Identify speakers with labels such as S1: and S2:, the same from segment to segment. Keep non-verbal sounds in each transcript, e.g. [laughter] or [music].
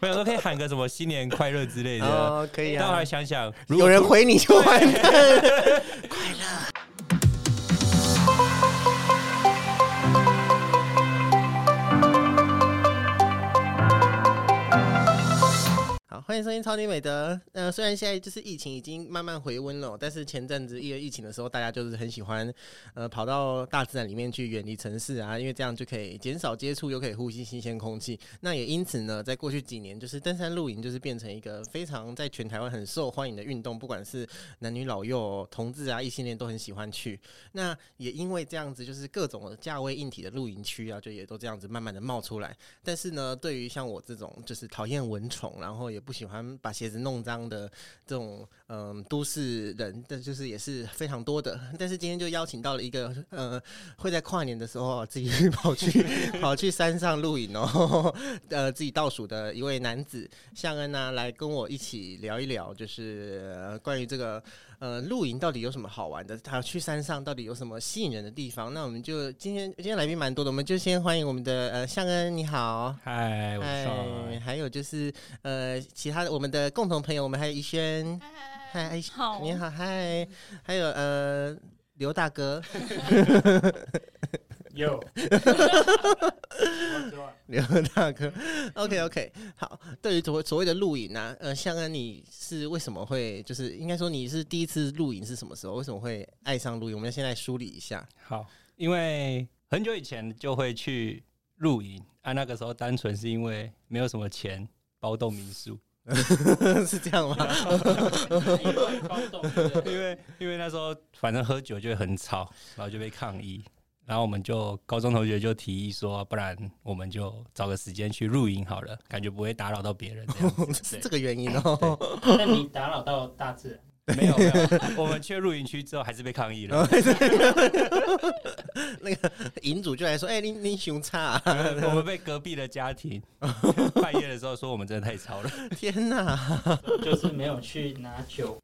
S1: 没有都可以喊个什么新年快乐之类的。
S2: 哦，可以
S1: 但后
S2: 啊
S1: 来。想想，如
S2: 有
S1: 果
S2: 人回你就完蛋。好，欢迎收听超级美德。呃，虽然现在就是疫情已经慢慢回温了，但是前阵子因为疫情的时候，大家就是很喜欢呃跑到大自然里面去，远离城市啊，因为这样就可以减少接触，又可以呼吸新鲜空气。那也因此呢，在过去几年，就是登山露营就是变成一个非常在全台湾很受欢迎的运动，不管是男女老幼、同志啊、异性恋都很喜欢去。那也因为这样子，就是各种的价位硬体的露营区啊，就也都这样子慢慢的冒出来。但是呢，对于像我这种就是讨厌蚊虫，然后也不喜欢把鞋子弄脏的这种嗯都市人，但就是也是非常多的。但是今天就邀请到了一个呃，会在跨年的时候啊自己跑去 [laughs] 跑去山上露营哦，呃，自己倒数的一位男子向恩呢、啊来跟我一起聊一聊，就是、呃关于这个呃，露营到底有什么好玩的？他去山上到底有什么吸引人的地方？那我们就今天今天来宾蛮多的，我们就先欢迎我们的呃向恩，你好。
S1: 嗨，
S2: 哎
S1: 我是少
S2: 嗨，还有就是呃，其他的我们的共同朋友，我们还有怡轩，嗨，怡轩
S3: 好
S2: 你好，嗨，还有呃刘大哥，
S4: 有，
S2: 刘大哥，OK OK，好。对于所谓所谓的露营啊，呃，向安，你是为什么会就是应该说你是第一次露营是什么时候？为什么会爱上露营？我们先来梳理一下。 [laughs]
S4: 好，
S1: 因为很久以前就会去露营啊，那个时候单纯是因为没有什么钱包栋民宿，
S2: 是这样吗？
S1: [laughs] 因为因为那时候反正喝酒就会很吵，然后就被抗议，然后我们就高中同学就提议说，不然我们就找个时间去露营好了，感觉不会打扰到别人这样 [laughs] 子。
S2: 是这个原因哦。
S4: 那你打扰到大自然，
S1: 没有没有，我们去露营区之后还是被抗议了。
S2: [laughs] 那个营主就来说：“哎、你你熊差、啊， [laughs]
S1: 我们被隔壁的家庭半夜的时候说我们真的太吵了。 [laughs]
S2: 天哪！
S4: 就是没有去拿酒。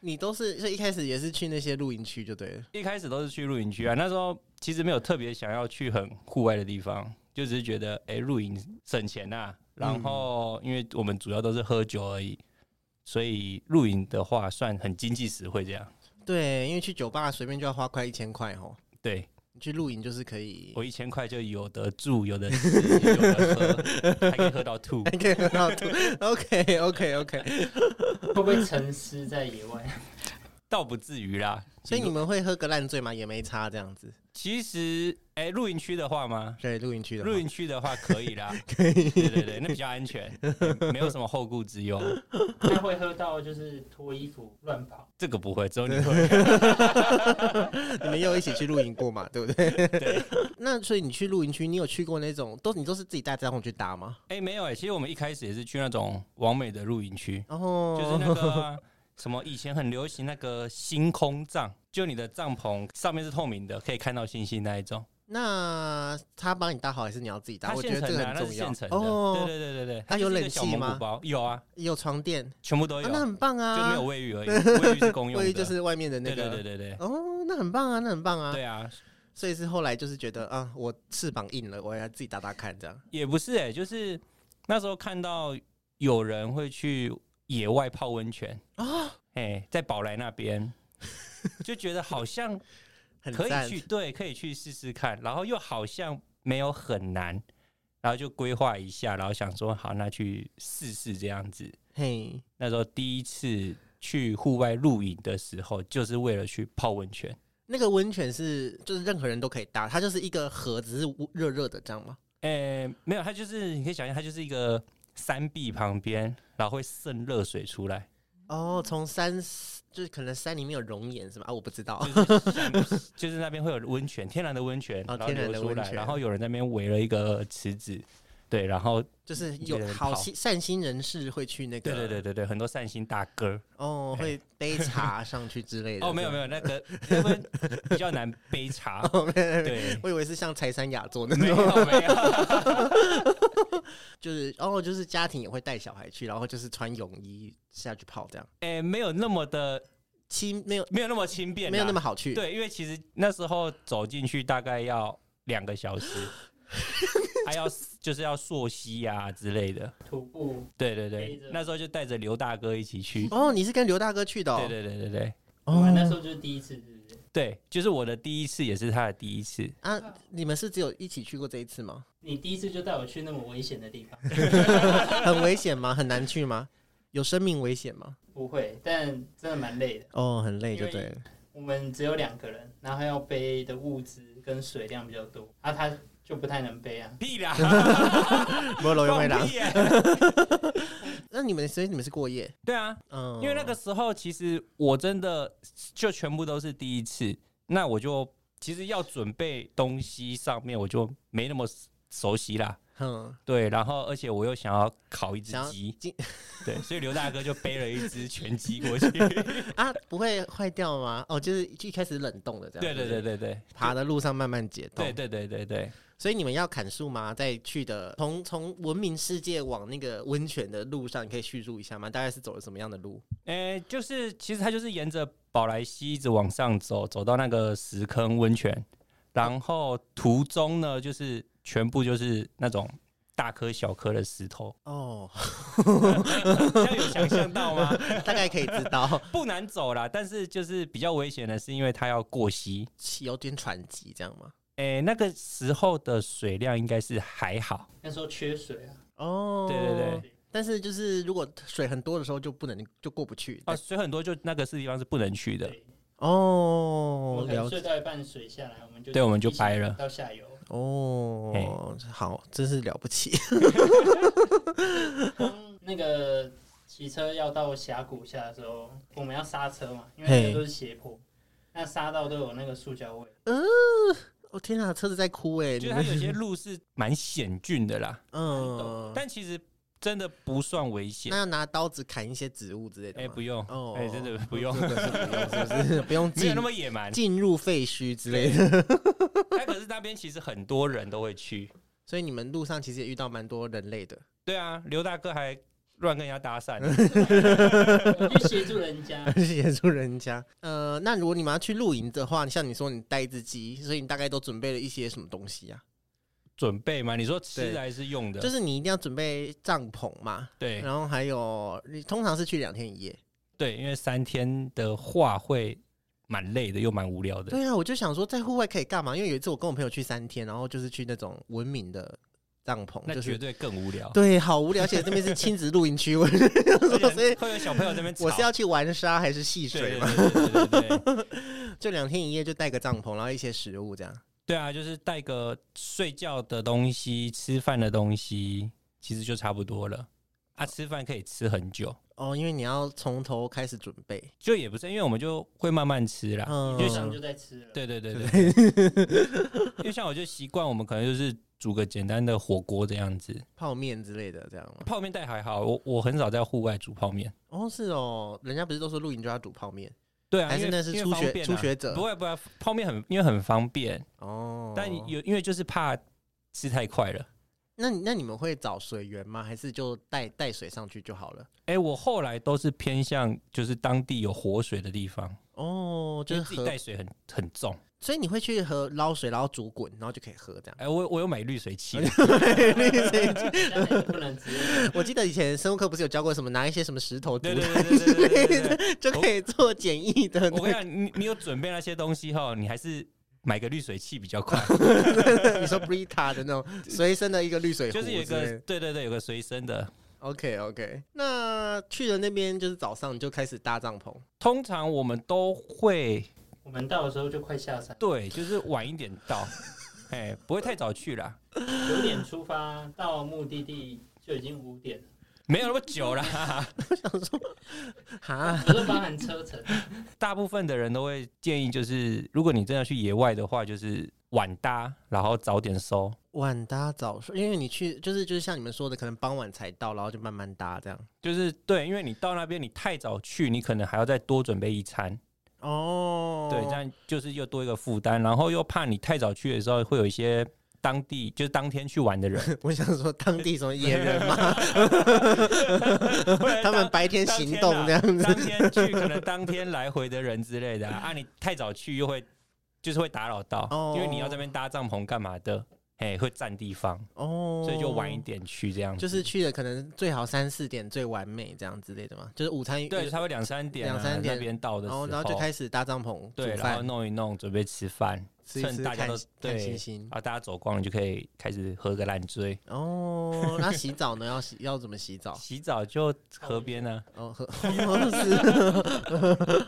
S2: 你都是所以一开始也是去那些露营区就对了。
S1: 一开始都是去露营区啊，那时候其实没有特别想要去很户外的地方，就只是觉得哎、诶露营省钱呐、然后因为我们主要都是喝酒而已，所以露营的话算很经济实惠这样。
S2: 对，因为去酒吧随便就要花快一千块哦。
S1: 对
S2: 你去露营就是可以， [laughs]
S1: 我一千块就有的住，有的吃，有的喝，还可以喝到吐。
S2: 可以很好吐。OK OK OK，
S4: 会不会沉思在野外？
S1: 倒不至于啦。
S2: 所以你们会喝个烂醉吗？也没差这样子。
S1: 其实，哎、露营区的话吗？
S2: 对，露营区的话
S1: 露营区的话可以啦，可以， [laughs] 对对对，那比较安全，没有什么后顾之忧。
S4: 那会喝到就是脱衣服乱跑？
S1: 这个不会，只有你会。
S2: [laughs] 你们有一起去露营过嘛？对不对？
S1: 对，
S2: [laughs] 那所以你去露营区，你有去过那种都你都是自己带帐篷去搭吗？
S1: 哎，没有哎，其实我们一开始也是去那种完美的露营区，就
S2: 然后
S1: 是那个啊什么以前很流行那个星空帐，就你的帐篷上面是透明的，可以看到星星那一种。
S2: [laughs] 那他帮你搭好还是你要自己搭？
S1: 它
S2: 啊我
S1: 现
S2: 觉得这
S1: 成
S2: 个
S1: 的，啊
S2: 很
S1: 那是
S2: 重要
S1: 现成的。对
S2: 哦。
S1: 对对对对，
S2: 它有
S1: 就是一个
S2: 冷气
S1: 小蒙古
S2: 吗
S1: 包有啊，
S2: 有床垫，
S1: 全部都
S2: 啊
S1: 有，
S2: 那很棒啊！
S1: 就没有卫浴
S2: [laughs]
S1: 而已，卫浴是公用
S2: 卫
S1: 的。
S2: 浴就是外面的那
S1: 对
S2: 个。
S1: 对对对对。
S2: 哦，那很棒啊，那很棒啊！
S1: 对啊，
S2: 所以是后来就是觉得啊，我翅膀硬了，我要自己搭搭看这样。
S1: 也不是哎、就是那时候看到有人会去野外泡温泉啊，哎、在宝来那边，就觉得好像
S2: [laughs] 很
S1: 可
S2: 赞
S1: 以去，对，可以去试试看，然后又好像没有很难，然后就规划一下，然后想说好，那去试试这样子。
S2: 嘿，
S1: 那时候第一次去户外露营的时候，就是为了去泡温泉。
S2: 那个温泉是就是任何人都可以搭，它就是一个盒子，是热热的这样吗？
S1: 诶、没有，它就是你可以想象，它就是一个山壁旁边，然后会渗热水出来。
S2: 哦，从山就是可能山里面有熔岩是吧？啊，我不知道。
S1: 就是山 [laughs] 就是那边会有温泉，天然的温泉，
S2: 哦
S1: 然后
S2: 天然
S1: 流
S2: 的
S1: 出
S2: 温
S1: 来
S2: 泉
S1: 然后有人在那边围了一个池子，对，然后
S2: [laughs] 就是
S1: 一个
S2: 有
S1: 人
S2: 好
S1: 泡
S2: 心善心人士会去那个，
S1: 对对对对对，很多善心大哥
S2: 哦，
S1: 哎
S2: 会背茶上去之类的。
S1: 哦，没有没
S2: 有，
S1: 有，那个那边比较难杯 [laughs] 茶，
S2: 哦
S1: 对，
S2: [laughs] 我以为是像柴山雅座那
S1: 哦没有
S2: 种，
S1: 没有， [laughs]
S2: 就是哦，就是家庭也会带小孩去，然后就是穿泳衣下去泡这样，
S1: 哎，没有那么的，
S2: 亲没有
S1: 没有那么轻便，
S2: 没有那么。好
S1: [laughs]
S2: 去。
S1: 对，因为其实那时候走进去大概要两个小时。还要就是要溯溪啊之类的。
S4: 徒步，
S1: 对对
S4: 背
S1: 对
S4: 着，
S1: 那时候就带着刘大哥一起去。
S2: 哦，你是跟刘大哥去的、哦？
S1: 对对对对对
S4: 我们那时
S2: 哦，
S4: 候就是第一次，是不是？
S1: 对，就是我的第一次，也是他的第一次。
S2: 啊，你们是只有一起去过这一次吗？
S4: 你第一次就带我去那么危险的地方，
S2: 很危险吗？很难去吗？有生命危险吗？
S4: 不会，但真的蛮累的。
S2: 哦，很累
S4: 因
S2: 就
S4: 为
S2: 对了。
S4: 我们只有两个人，然后要背的物资跟水量比较多，啊，他就不太能背啊。
S1: 屁啦，
S2: [laughs] 不罗永辉
S1: 放
S2: 郎，
S1: 屁耶！
S2: 那你们所以你们是过夜？
S1: [laughs] 对啊，
S2: 嗯，
S1: 因为那个时候其实我真的就全部都是第一次，那我就其实要准备东西上面我就没那么熟悉啦。
S2: 嗯，
S1: 对，然后而且我又想要烤一只
S2: 想要
S1: 鸡
S2: 进，
S1: 对，所以刘大哥就背了一只全鸡过
S2: [laughs]
S1: 去。
S2: 啊，不会坏掉吗？哦，就是一开始冷冻的这样。
S1: 对对对，对对
S2: 爬的路上慢慢解冻。
S1: 对对对对对，
S2: 所以你们要砍树吗？在去的从从文明世界往那个温泉的路上，你可以叙述一下吗？大概是走了什么样的路？
S1: 诶、就是其实它就是沿着宝莱西一直往上走，走到那个石坑温泉，然后途中呢就是全部就是那种大颗小颗的石头， [laughs]
S2: 哦，
S1: 这样有想象到吗？
S2: 大概可以知道 [laughs]
S1: 不难走啦，但是就是比较危险的是，因为它要过溪。
S2: 有点喘急这样吗？
S1: 诶、那个时候的水量应该是还好，
S4: 那时候缺水啊，
S2: 哦，
S1: 对对
S4: 对。
S2: 但是就是如果水很多的时候就不能就过不去
S1: 啊，水很多，就那个是地方是不能去的。
S4: 对，我
S2: 哦，
S4: 们
S2: 了
S4: 睡到一半水下来，我们就
S1: 对我们就
S4: 一起
S1: 掰了
S4: 到下游，
S2: 哦，好，真是了不起。 [laughs]
S4: 当 [laughs] 那个骑车要到峡谷下的时候，我们要刹车嘛，因为那
S2: 嘿
S4: 个都是斜坡，那刹到都有那个塑胶味。 [laughs]
S2: 我、天啊，车子在哭哎、
S1: 就
S2: 你
S1: 是
S2: 们
S1: 它有些路是蛮险峻的啦，
S2: 嗯，
S1: 但其实真的不算危险
S2: 那。要拿刀子砍一些植物之类的
S1: 哎、
S2: 吗？
S1: 不用，
S2: 哦，
S1: 哎真的不用
S2: 真的是不用，是不是不用
S1: [laughs] 没有
S2: 进
S1: 那么野蛮。
S2: 进入废墟之类的？
S1: 但可是那边其实很多人都会去。
S2: [laughs] 所以你们路上其实也遇到蛮多人类的。
S1: [laughs] 对啊，刘大哥还乱跟人家搭讪，
S2: [laughs]
S4: 我去协助人家，
S2: 而且也住人家。呃，那如果你们要去露营的话，像你说你带一只鸡，所以你大概都准备了一些什么东西啊？
S1: 准备嘛？你说吃
S2: 对
S1: 的还是用的？
S2: 就是嗯你一定要准备帐篷嘛，
S1: 对
S2: 然后还有你通常是去两天一夜。
S1: 对，因为三天的话会蛮累的，又蛮无聊的。
S2: 对啊，我就想说在户外可以干嘛？因为有一次我跟我朋友去三天，然后就是去那种文明的帐篷，
S1: 那
S2: 就
S1: 绝
S2: 是
S1: 对更无聊。
S2: [laughs] 对，好无聊，而且这边是亲子露营
S1: [laughs]
S2: 区，我就想说
S1: 而
S2: 所
S1: 且
S2: 以
S1: 会有小朋友在那边吵。
S2: 我是要去玩沙还是戏
S1: 对
S2: 水嘛？
S1: 对对对对对对，
S2: 就两天一夜就带个帐篷，然后一些食物这样。
S1: 对啊，就是带个睡觉的东西、吃饭的东西，其实就差不多了。啊，吃饭可以吃很久，
S2: 哦，因为你要从头开始准备，
S1: 就也不是，因为我们就会慢慢吃啦。
S2: 嗯，
S4: 就想就在吃了。
S1: 对对对对对，
S2: [laughs]
S1: 因为像我就习惯，我们可能就是煮个简单的火锅这样子，
S2: 泡面之类的这样吗？
S1: 泡面带还好，我我很少在户外煮泡面。
S2: 哦，是哦，人家不是都说露营就要煮泡面，
S1: 对啊，
S2: 还是
S1: 因为
S2: 那是
S1: 因为
S2: 初
S1: 方
S2: 学
S1: 便啊
S2: 初学者
S1: 不会不会，泡面很因为很方便，
S2: 哦。
S1: 但有因为就是怕吃太快了。
S2: 那你那你们会找水源吗？还是就带带水上去就好了？
S1: 哎、我后来都是偏向就是当地有活水的地方，
S2: 哦，就
S1: 就是是自己
S2: 河，
S1: 带水很很重。
S2: 所以你会去河捞水，然后煮滚，然后就可以
S1: [laughs]
S2: 喝这样。 [laughs]
S1: 哎、我我有买滤水器，啊
S4: 但也不能直接
S2: 我记得以前生物课不是有教过什么拿一些什么石头煮
S1: 对对对对对对对对
S2: [laughs]
S1: 对。
S2: 就可以做简易的那
S1: 我跟你
S2: 个，
S1: 讲，你你有准备那些东西后，你还是买个滤水器比较快，
S2: 你说 Brita
S1: [laughs]
S2: 的那种随身的一个滤水壶
S1: 就
S2: 之
S1: 是
S2: 类
S1: 有
S2: 的，
S1: 一个对对对，有个随身的。
S2: OK OK，那去了那边就是早上你就开始搭帐篷，
S1: 通常我们都会
S4: 我们到的时候就快
S1: [laughs]
S4: 下山，
S1: 对，就是晚一点到，哎、不会太早去啦，
S4: 九点出发，到目的地就已经五点了，
S1: 没有那么久啦。 [laughs]
S2: 哈，
S4: 我说包含车程，
S1: 大部分的人都会建议，就是如果你真的去野外的话，就是晚搭，然后早点收。
S2: 晚搭早睡，因为你去就是就是像你们说的，可能傍晚才到，然后就慢慢搭这样。
S1: 就是对，因为你到那边你太早去，你可能还要再多准备一餐，
S2: 哦，
S1: 对，这样就是又多一个负担，然后又怕你太早去的时候会有一些当地就是当天去玩的人，
S2: [laughs] 我想说当地什么 [laughs] 野
S1: [laughs]
S2: 人嘛，他们白天行动这样
S1: 啊当
S2: 子。
S1: 天去可能当天来回的人之类
S2: [laughs]
S1: 的啊，啊你太早去又会就是会打扰到，
S2: 哦
S1: 因为你要这边搭帐篷干嘛的，嘿，会占地方，
S2: 哦，
S1: 所以就晚一，点去这样子。
S2: 就是去的可能最好三四点最完美这样之类的嘛，就是午餐
S1: 对，，差不多两三点啊、
S2: 两三点
S1: 那边到的
S2: 然
S1: 时候，
S2: 后然后就开始搭帐篷
S1: 对，
S2: 煮
S1: 然后
S2: 饭，
S1: 弄一弄，准备吃饭，
S2: 吃一
S1: 趁
S2: 吃
S1: 大家
S2: 看
S1: 都
S2: 看
S1: 对
S2: 星星。
S1: 啊，大家走光了就可以开始喝个烂醉，
S2: 哦，那洗澡呢？要洗要怎么洗澡？
S1: [laughs] 洗澡就河边啊呢、
S2: 哦，呵是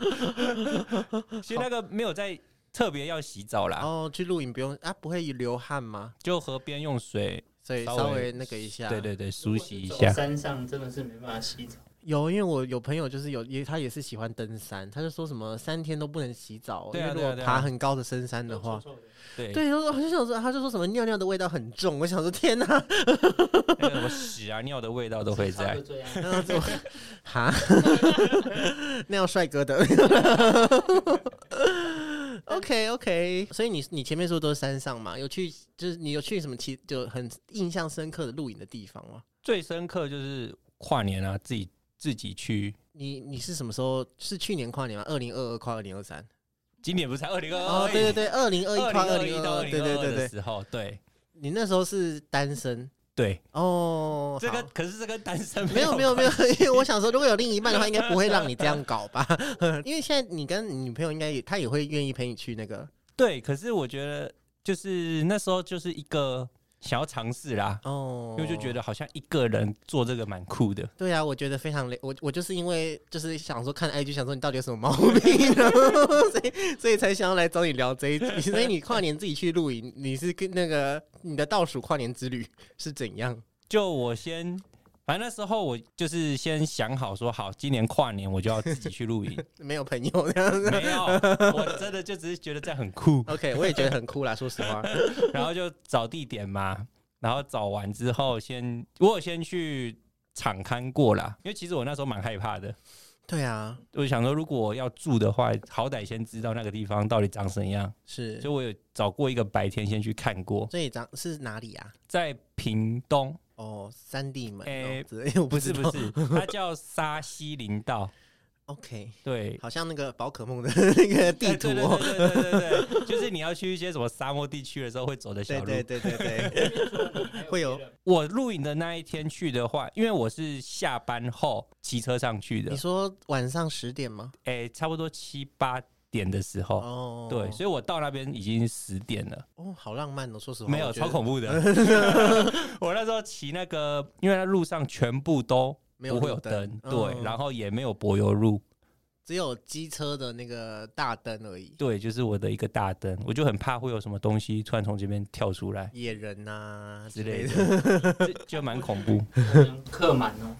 S1: 其实那个没有在特别要洗澡啦，
S2: 哦，去露营不用啊，不会流汗吗？
S1: 就河边用水，
S2: 所以
S1: 稍
S2: 稍
S1: 微
S2: 微那个一下，
S1: 对对对，
S4: 如
S1: 梳
S4: 果
S1: 洗一
S4: 走
S1: 下。
S4: 山上真的是没办法洗澡，
S2: 有，因为我有朋友就是有也，他也是喜欢登山，他就说什么三天都不能洗澡，
S1: 对啊
S2: 因为如
S1: 对啊
S2: 果
S1: 对啊
S2: 爬很高的深山的话，
S4: 臭臭的
S1: 对，
S2: 对，他说他就想说，他就说什么尿尿的味道很重，我想说天哪，
S1: 那个什么屎啊、尿的味道都会
S4: 差
S1: 在
S4: 不多。这样。
S2: 然后怎么
S1: [laughs]
S2: 哈，尿帅哥的。OK OK，所以你你前面说都是山上嘛，有去就是你有去什么其就很印象深刻的露营的地方吗？
S1: 最深刻就是跨年啊，自己自己去。
S2: 你你是什么时候？是去年跨年吗？二零二二跨二零二三？
S1: 今年不才二零二
S2: 哦
S1: 二，，
S2: 对对对，二零二一跨
S1: 哎 [laughs] 二
S2: 二
S1: 零
S2: 零
S1: 到
S2: 二
S1: 二
S2: 二，
S1: 零
S2: 对对
S1: 二
S2: 对
S1: 的
S2: 对，
S1: 时候，对
S2: 你那时候是单身
S1: 对，
S2: 哦，
S1: 这个
S2: 好
S1: 可是这跟单身 [laughs]
S2: 没有
S1: 有
S2: 没有没有，因为我想说，如果有另一半的话，应该不会让你这样搞
S1: [laughs]
S2: 吧？ [laughs] 因为现在你跟你女朋友应该也，她也会愿意陪你去那个
S1: 对，可是我觉得就是那时候就是一个想要尝试啦，
S2: 哦
S1: 因，为就觉得好像一个人做这个蛮酷的。
S2: 对啊，我觉得非常累。我我就是因为就是想说看 IG，想说你到底有什
S1: [laughs]
S2: 么毛病，然后所以所以才想要来找你聊这一集。所以你跨年自己去露营，你是跟那个你的倒数跨年之旅是怎样？
S1: 就我先，反正那时候我就是先想好说，好，今年跨年我就要自己去露营。
S2: [laughs] 没有朋友这样子。
S1: 没有，我真的就只是觉得这样很酷，
S2: OK，我也觉得很酷啦，
S1: [laughs]
S2: 说实话。
S1: 然后就找地点嘛，然后找完之后先，我有先去场刊过啦，因为其实我那时候蛮害怕的，
S2: 对啊，
S1: 我想说如果要住的话，好歹先知道那个地方到底长什么样，
S2: 是
S1: 所以我有找过一个白天先去看过，
S2: 所以长是哪里啊？
S1: 在屏东，
S2: 哦，三地门
S1: 诶
S2: 哦之类，我不
S1: 不
S2: 知
S1: 是
S2: 道
S1: 不是，它叫沙西林道，
S2: OK，
S1: 对。
S2: 好像那个宝可梦的那个地
S1: 哎
S2: 图
S1: 对对
S2: 哦。
S1: 对对对对对，就是你要去一些什么沙漠地区的时候会走的小
S2: 对
S1: 路，
S2: 对对对对，会有
S1: 我录影的那一天去的话，因为我是下班后骑车上去的
S2: 你，说晚上十点吗？
S1: 诶、哎差不多七八点的时候，
S2: 哦，
S1: 对，所以我到那边已经十点了，
S2: 哦，好浪漫哦，说实话，
S1: 没有
S2: 我觉得
S1: 超恐怖
S2: [laughs]
S1: 的。我那时候骑那个，因为那路上全部都
S2: 没有
S1: 不会有
S2: 路
S1: 灯，对，
S2: 嗯
S1: 然后也没有柏油路，
S2: 只有机车的那个大灯而已，
S1: 对，就是我的一个大灯，我就很怕会有什么东西突然从这边跳出来
S2: 野人呐
S1: 之
S2: 之
S1: 类
S2: 类的。
S1: 的，
S2: [laughs]
S1: 就就蛮恐怖。
S4: 刻满哦，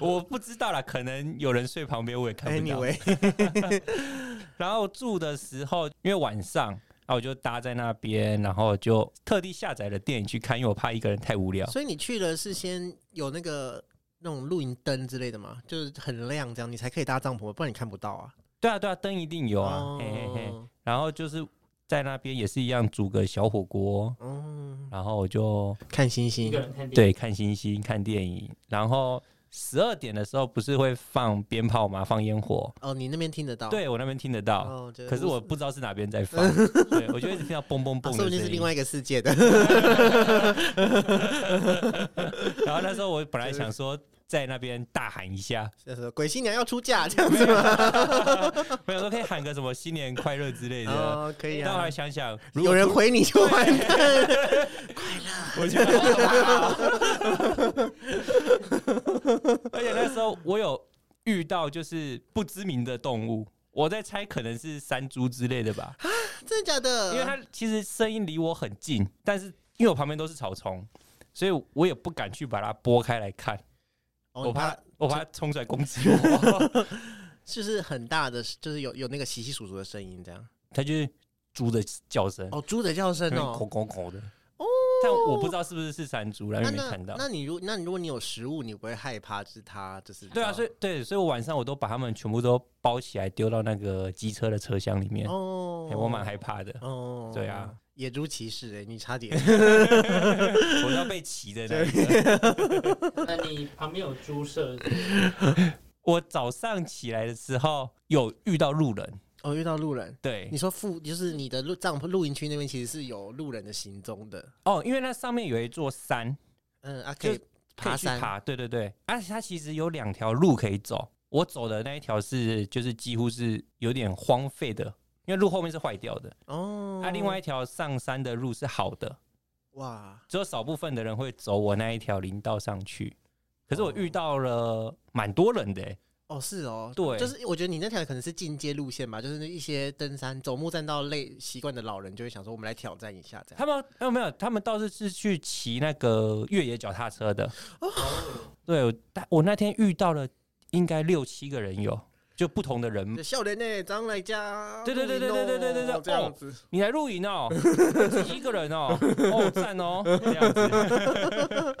S1: 我不知道啦，可能有人睡旁边，我也看不到。
S2: Anyway，
S1: 然后住的时候，因为晚上，然后我就搭在那边，然后就特地下载了电影去看，因为我怕一个人太无聊。
S2: 所以你去了是先有那个那种露营灯之类的嘛，就是很亮，这样你才可以搭帐篷，不然你看不到啊。
S1: 对啊，对啊，灯一定有啊，
S2: 哦
S1: 嘿嘿嘿。然后就是在那边也是一样煮个小火锅，
S2: 嗯，
S1: 然后我就
S2: 看星
S1: 嗯
S4: 一
S2: 星
S4: 个人看电影。
S1: 对看星星、看电影，然后。十二点的时候不是会放鞭炮吗？放烟火，
S2: 哦，你那边听得到？
S1: 对我那边听得到，
S2: 哦，
S1: 可是我
S2: 不。
S1: 不知道是哪边在放，对我就一直听到嘣嘣
S2: 啊
S1: 嘣的
S2: 说不
S1: 声
S2: 定是另
S1: 音。
S2: 外一个世界的。 [laughs]
S1: 然后那时候我
S2: [laughs]
S1: 本来想说在那边大喊一下，
S2: 就是鬼新娘要出
S1: 嗯
S2: 嫁这样子吗？
S1: 我想说可以喊个什么新年快乐之类的。
S2: 哦，可以
S1: 但后
S2: 啊
S1: 来。想想，如
S2: 有
S1: 果
S2: 人回你就完蛋。
S1: [laughs] 我
S2: [laughs]
S1: 觉得好可怕哦，而且那时候我有遇到就是不知名的动物，我在猜可能是山猪之类的
S2: [laughs]
S1: 吧，
S2: 真的假
S1: 因
S2: 的？
S1: 为它其实声音离我很近，但是因为我旁边都是草丛，所以我也不敢去把它拨开来看，
S2: 哦
S1: 我
S2: 你怕
S1: 怕我怕它冲出来攻击我，
S2: [laughs] 就是很大的，就是有有那个稀稀疏疏的声音这样。
S1: 它就是猪的叫声，
S2: 哦，猪的叫声
S1: 口
S2: 哦。
S1: 口口的。
S2: 哦
S1: 但我不知道是不是是山猪啦，因
S2: 那
S1: 为没
S2: 那
S1: 看到。
S2: 那你如那你如果你有食物，你不会害怕，就是它就是
S1: 对啊，所
S2: 以
S1: 以对，所以我晚上我都把它们全部都包起来丢到那个机车的车厢里面，
S2: 哦
S1: 哎，我蛮害怕
S2: [laughs]
S1: 的，
S2: 哦
S1: 对啊，
S2: 野猪骑士哎，你
S1: [laughs]
S2: 差点
S1: 我要被骑的那一个。
S4: 那你旁边有猪舍，
S1: 我早上起来的时候有遇到路人，
S2: 哦，遇到路人。
S1: 对
S2: 你，说附就是你的露帐篷露营区那边其实是有路人的行踪的，
S1: 哦，因为那上面有一座山，
S2: 嗯啊，可
S1: 就
S2: 以
S1: 可
S2: 爬
S1: 以去
S2: 山，
S1: 爬，对对对，而且它其实有两条路可以走。我走的那一条是就是几乎是有点荒废的，因为路后面是坏掉的。
S2: 哦
S1: 那、啊另外一条上山的路是好的，
S2: 哇，
S1: 只有少部分的人会走我那一条林道上去。可是我遇到了蛮多人的欸、
S2: 哦是哦，
S1: 对
S2: 就是我觉得你那条可能是进阶路线吧，就是那一些登山走木栈道类习惯的老人就会想说，我们来挑战一下这样。
S1: 他们没有没有，他们倒是是去骑那个越野脚踏车的。
S4: 哦
S1: 对，我大我那天遇到了应该六七个人有，就不同的人。
S2: 就笑脸呢，张来家，
S1: 嗯对对对对
S2: 露营哦
S1: 对对对对对
S2: 这样子，
S1: 你来露营
S2: [laughs]
S1: 哦，自己一个人哦，哦赞哦，这样子。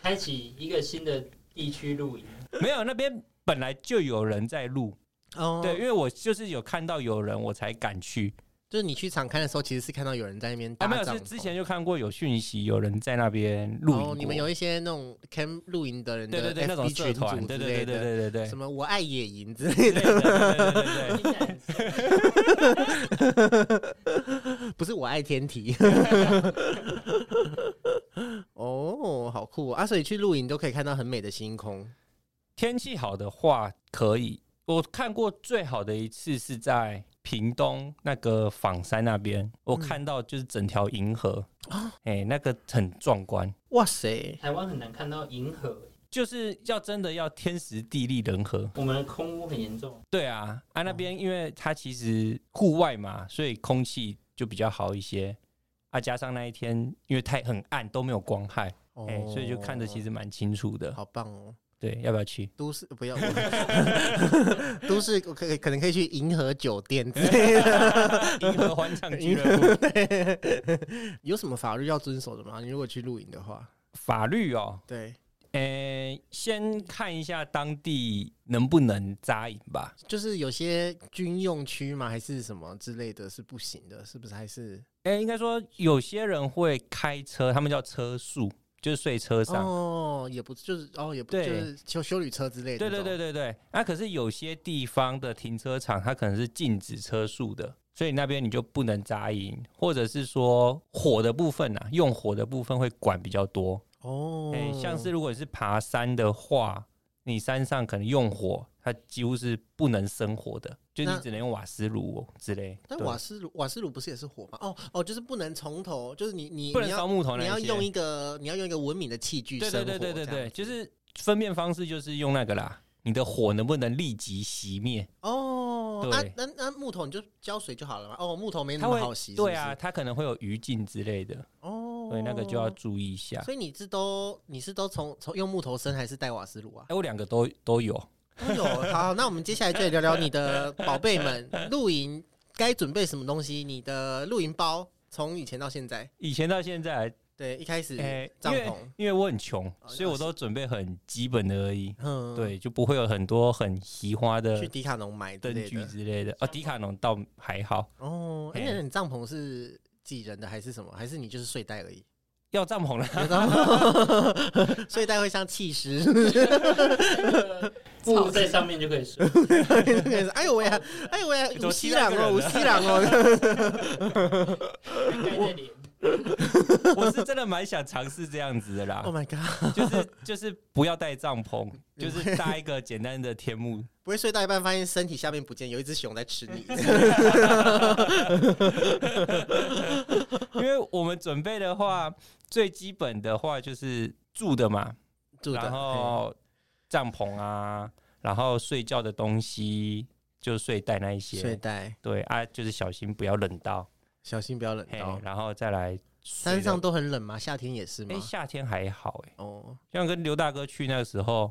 S4: 开启一个新的地区露营，
S1: 没有，那边本来就有人在录，
S2: 哦，
S1: 对，因，为我就是有看到有人，我才敢去。
S2: 就是你去场刊的时候，其实是看到有人在那边
S1: 啊，
S2: 搭
S1: 没
S2: 帐
S1: 有，
S2: 篷，
S1: 是之前就看过有讯息，有人在那边露营
S2: 哦
S1: 过。
S2: 你们有一些那种 camp 露营的人的
S1: 对对对那种
S2: FB
S1: 社
S2: 群
S1: 团，
S2: 组
S1: 对
S2: 之
S1: 对对
S2: 类
S1: 对
S2: 的，
S1: 对对对
S2: 什。么我爱野营之类
S1: 对对
S2: 的， [laughs]
S1: 对对对对
S4: 听起来很爽
S2: 不是我爱
S1: [laughs]
S2: 天体。哦，好酷哦啊！所以去露营都可以看到很美的星空。
S1: 天气好的话可以。我看过最好的一次是在屏东那个仿山那边，我
S2: 嗯
S1: 看到就是整条银河，哎、
S2: 啊
S1: 那个很壮观，
S2: 哇塞，
S4: 台湾很难看到银河，
S1: 就是要真的要天时地利人和。
S4: 我们的空污很严 [laughs] 重，
S1: 对啊，啊
S2: 哦
S1: 那边因为它其实户外嘛，所以空气就比较好一些。啊，加上那一天因为太很暗，都没有光害，
S2: 哦
S1: 哎、所以就看得其实蛮清楚的。
S2: 好棒哦。
S1: 对，要不要去？
S2: 都市呃
S1: [laughs]
S2: 不要，我 [laughs] 都市可可可能可以去银河酒店之类
S1: [laughs]
S2: 的。
S1: 银河欢唱俱乐部。
S2: [laughs] 有什么法律要遵守的吗？你如果去露营的话，
S1: 法律哦，
S2: 对，
S1: 呃，先看一下当地能不能扎营吧。
S2: 就是有些军用区嘛，还是什么之类的，是不行的，是不是？还是
S1: 哎、应该说有些人会开车，他们叫车速，就是睡车上。
S2: 哦，也不就是哦，也不就
S1: 对
S2: 是修修旅车之类的
S1: 对
S2: 那种。
S1: 对对对对。那、可是有些地方的停车场，它可能是禁止车速的，所以那边你就不能扎营，或者是说火的部分啊，用火的部分会管比较多。
S2: 哦，
S1: 哎、像是如果你是爬山的话，你山上可能用火，它几乎是不能生火的，就你
S2: 那
S1: 只能用瓦斯炉哦之类。
S2: 但
S1: 对
S2: 瓦斯炉瓦斯炉不是也是火吗？哦哦，就是不能从头，就是你你
S1: 不能
S2: 你
S1: 烧
S2: 要
S1: 木头那
S2: 你
S1: 一
S2: 要
S1: 些
S2: 用一个你要用一个文明的器具
S1: 对
S2: 生
S1: 对
S2: 火，
S1: 对对对
S2: 这
S1: 对，
S2: 样
S1: 就是分辨方式就是用那个啦。你的火能不能立即熄灭？
S2: 哦，那
S1: 对
S2: 那那木头你就浇水就好了嘛。哦，木头没那
S1: 它
S2: 么
S1: 会
S2: 好洗，是不
S1: 对啊，
S2: 是，
S1: 它可能会有余烬之类的，
S2: 哦，
S1: 所以那个就要。注意一下。
S2: 所以你是都你是都从从用木头生还是带瓦斯炉啊？
S1: 哎，我两个都都有。
S2: 都有。好，那我们接下来就来聊聊你的宝贝们露营该准备什么东西，你的露营包从以前到现在，
S1: 以前到现在，
S2: 对，一开始
S1: 哎，因
S2: 帐
S1: 为
S2: 篷，
S1: 因为我很穷，
S2: 哦
S1: 所以我都准备很基本的而已，
S2: 嗯，，
S1: 对，就不会有很多很奇花
S2: 去
S1: 的
S2: 迪卡侬买之
S1: 灯
S2: 类
S1: 具
S2: 的。
S1: 之类的。啊，迪卡侬倒还好，
S2: 哦，哎、
S1: 嘿
S2: 那你帐篷是几人的还是什么？还是你就是睡袋而已？
S1: 要帐篷
S2: [laughs]
S1: 啦。
S2: 睡袋会像
S1: [laughs]
S2: 气势，
S4: 布在上面就可以 [laughs] 睡。
S2: 哎呦喂啊，哎呦喂啊，
S1: 怎
S2: 无
S1: 么
S2: 锡
S1: 七大
S2: 郎
S1: 个
S2: 哦，
S1: 人
S2: 无
S1: 呢
S2: 锡
S1: [laughs]
S2: 郎哦，
S4: 盖在脸，
S1: 我是真的蛮想尝试这样子的啦
S2: [laughs] ，Oh，my god，
S1: 就是就是不要带帐篷，
S2: 嗯
S1: 就是搭一个简单的天幕 [laughs]
S2: 不会睡到一半发现身体下面不见，有一只熊在吃你。
S1: 因为我们准备的话，最基本的话就是住的嘛，
S2: 住的，
S1: [laughs] 然
S2: 嘿
S1: 后帐篷啊，然后睡觉的东西，就是睡袋那一
S2: 睡
S1: 些。
S2: 袋，
S1: 对啊，就是小心不要冷到，
S2: 小心不要冷
S1: 嘿
S2: 到，。
S1: 然后再来水
S2: 山
S1: 的
S2: 上。都很冷吗？夏天也是
S1: 哎、
S2: 吗？
S1: 夏天还好哎、
S2: 哦，
S1: 像跟刘大哥去那个时候，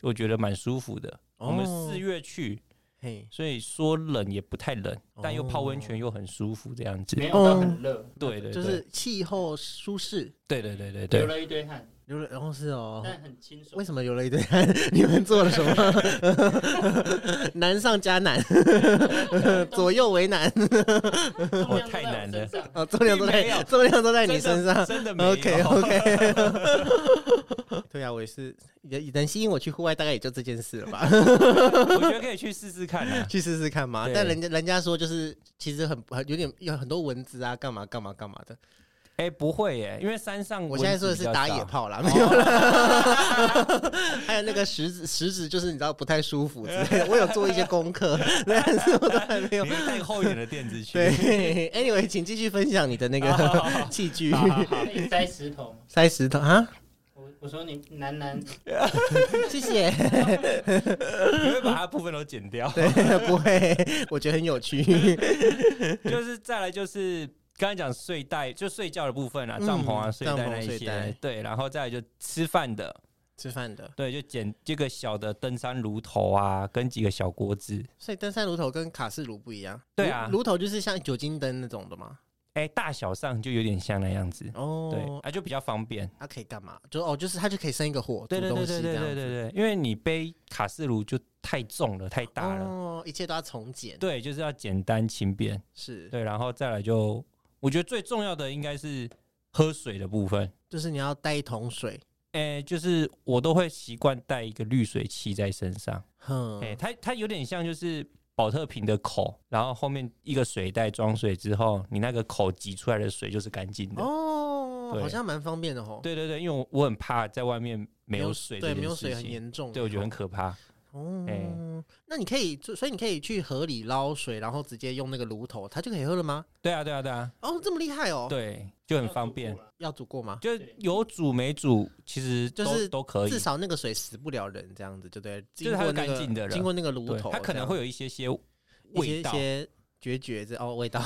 S1: 我觉得蛮舒服的。我们
S2: 哦
S1: 四月去，
S2: 嘿，
S1: 所以说冷也不太冷，但又泡温泉
S2: 哦
S1: 又很舒服这样子。嗯
S4: 没有到很热，
S1: 对对对，
S2: 就是气候舒适，
S1: 对对对对
S4: 流
S1: 对
S4: 了一堆汗，
S2: 流了，然后是哦，
S4: 但很清爽
S2: 为。什么流了一堆 [laughs] 汗？你们做了什么？ [laughs] 难上
S1: [laughs]
S2: 加难，左右为难，
S4: 重量都在我
S1: 太难了
S4: 身上
S2: 哦，重量都
S1: 并没
S2: 在
S1: 有
S2: 重量都在你身上。
S1: 真的没有。
S2: OK OK，对啊，我也是，能能吸引我去户外，大概也就这件事了吧， [laughs]
S1: 我觉得可以去试试看啊。
S2: 去试试看嘛。
S1: 对
S2: 但人家人家说就是其实很很有点有很多蚊子啊，干嘛干嘛干嘛的。
S1: 哎、不会耶，因为山上
S2: 我现在说的
S1: 蚊子比
S2: 是
S1: 较
S2: 打
S1: 少
S2: 野，炮
S1: [laughs]
S2: 啦，没有啦。 [laughs] 还有那个食指，食指就是你知道不太舒服之类的。我有做一些功课， [laughs] 但是我都还没有
S1: 你。会带厚一点的垫子去。
S2: 对，Anyway，请继续分享你的那个器具，
S1: 好好好
S4: 可以塞石头吗？
S2: 塞石头啊，
S4: 我我说你男男
S2: 谢谢。
S1: 你会把它部分都剪掉。
S2: 对，
S1: [laughs]
S2: 不会，我觉得很有趣。 [laughs]
S1: 就是再来就是刚才讲睡袋，就睡觉的部分啊，
S2: 嗯
S1: 帐篷啊、睡
S2: 帐
S1: 袋
S2: 篷
S1: 那一
S2: 睡袋
S1: 些，对，然后再来就吃饭的，
S2: 吃饭的，
S1: 对，就捡这个小的登山炉头啊，跟几个小锅子。
S2: 所以登山炉头跟卡式炉不一样。
S1: 对啊
S2: 炉炉头就是像酒精灯那种的嘛。
S1: 哎、大小上就有点像那样子，对
S2: 哦，，
S1: 啊，就比较方便。
S2: 它可以干嘛？就哦，就是它就可以生一个火，
S1: 对
S2: 煮
S1: 对
S2: 东
S1: 对对
S2: 西这
S1: 对
S2: 样
S1: 对
S2: 子
S1: 对对，因为你背卡式炉就太重了，太大了。
S2: 哦，一切都要从简。
S1: 对，就是要简单轻便。
S2: 是，
S1: 对，然后再来就，我觉得最重要的应该是喝水的部分。
S2: 就是你要带一桶水。
S1: 哎、就是我都会习惯带一个滤水器在身上。
S2: 哼，
S1: 哎、它它有点像就是保特瓶的口，然后后面一个水袋装水之后，你那个口挤出来的水就是干净的。
S2: 哦，
S1: 对
S2: 好像蛮方便的哦。
S1: 对对对，因为我我很怕在外面没有水，
S2: 对，没有水很。严重。
S1: 对，我觉得很可怕。
S2: 哦，
S1: 哎
S2: 那你可以做，所以你可以去河里捞水，然后直接用那个炉头，它就可以喝了吗？
S1: 对啊，对啊，对啊，
S2: 哦，这么厉害哦！，
S1: 对，就很方便。。
S2: 要煮过吗？
S1: 就是有煮没煮，其实都
S2: 就是
S1: 都可以
S2: 至。少那个水死不了人，这样子就对。
S1: 就是
S2: 经
S1: 它
S2: 过
S1: 是
S2: 那
S1: 干
S2: 个
S1: 净的了
S2: 经过那个炉
S1: 对，
S2: 头，
S1: 它可能会
S2: 有
S1: 有一些
S2: [laughs]
S1: 些 [laughs]
S2: 一些
S1: 味
S2: 一
S1: 道，
S2: 些决绝这
S1: [laughs]
S2: 哦味道，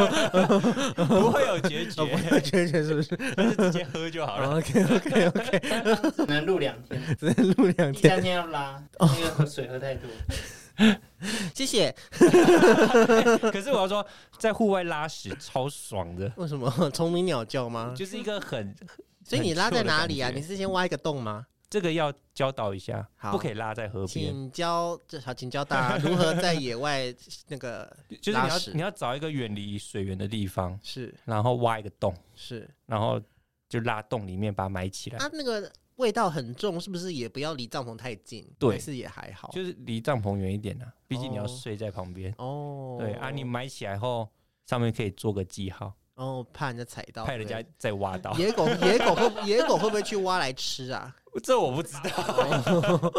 S1: 不会有结
S2: 哦不
S1: 节，
S2: 会决绝是不是
S1: 就是直接喝就好了。
S2: ？OK [laughs] OK OK，
S4: 只能录两天，
S2: 只能录两
S1: [laughs]
S4: 第
S2: 天，
S4: 三天要拉，因为喝水喝太多。
S2: 谢谢。
S1: 嗯可是我要说，在户外拉屎超爽的，
S2: 为什么 [laughs] 虫鸣鸟叫吗？
S1: 就是一个很……
S2: 嗯所以你拉在哪里啊？
S1: 很 chill 的感觉
S2: 你是先挖一个洞吗？
S1: 这个要教导一下，
S2: 好
S1: 不可以拉在河边，
S2: 请教这好，请
S1: [laughs]
S2: 教大家如何在野外那个
S1: 就是你
S2: 拉
S1: 要
S2: 屎
S1: 你要找一个远离水源的地方，
S2: 是
S1: 然后挖一个洞，
S2: 是
S1: 然后就拉洞里面把它埋起来，
S2: 啊，那个味道很重，是不是也不要离帐篷太近？
S1: 对
S2: 还是也还好。
S1: 就是离帐篷远一点啊，毕竟你要
S2: 哦
S1: 睡在旁边。
S2: 哦，
S1: 对啊，你埋起来后，上面可以做个记号，
S2: 哦怕人家踩到，
S1: 怕人家
S2: 对
S1: 再挖到。
S2: 野狗野狗会野狗会不会去挖来吃啊？
S1: [laughs] 这我不知道，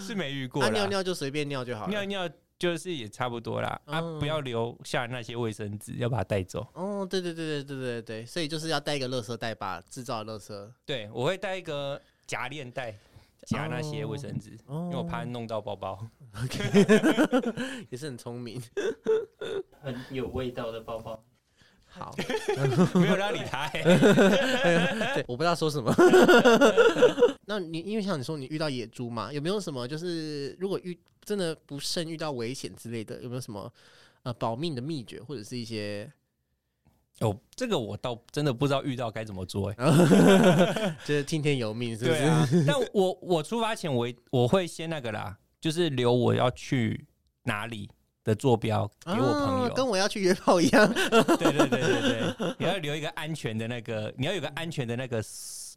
S1: 是没遇过
S2: 啊
S1: 啦。
S2: 尿尿就随便尿就好
S1: 尿
S2: 了。
S1: 尿就是也差不多啦，啊，
S2: 嗯
S1: 不要留下那些卫生纸，要把它带走。
S2: 哦，对对对对对对对，所以就是要带一个垃圾袋吧，制造垃圾。
S1: 对，我会带一个夹链袋，夹那些卫生纸，
S2: 哦，
S1: 因为我怕弄到包包。
S2: 也是很聪明。
S4: 很有味道的包包，
S2: 好，嗯
S1: 没有让你抬。
S2: [laughs] 对，我不知道说
S1: [laughs]
S2: 什么。那你因为像你说你遇到野猪嘛，有没有什么就是如果遇真的不慎遇到危险之类的，有没有什么呃保命的秘诀或者是一些 [laughs]
S1: 哦，这个我倒真的不知道遇到该怎么做、欸。
S2: 就是听天由命是不
S1: 对
S2: 是？
S1: 啊， [laughs]
S2: [laughs]
S1: 但我我出发前我一我会先那个啦，就是留我要去哪里的坐标给我朋
S2: 啊
S1: 友。
S2: 跟我要去约炮一样，
S1: 对对对对对，你要留一个安全的那个，你要有个安全的那个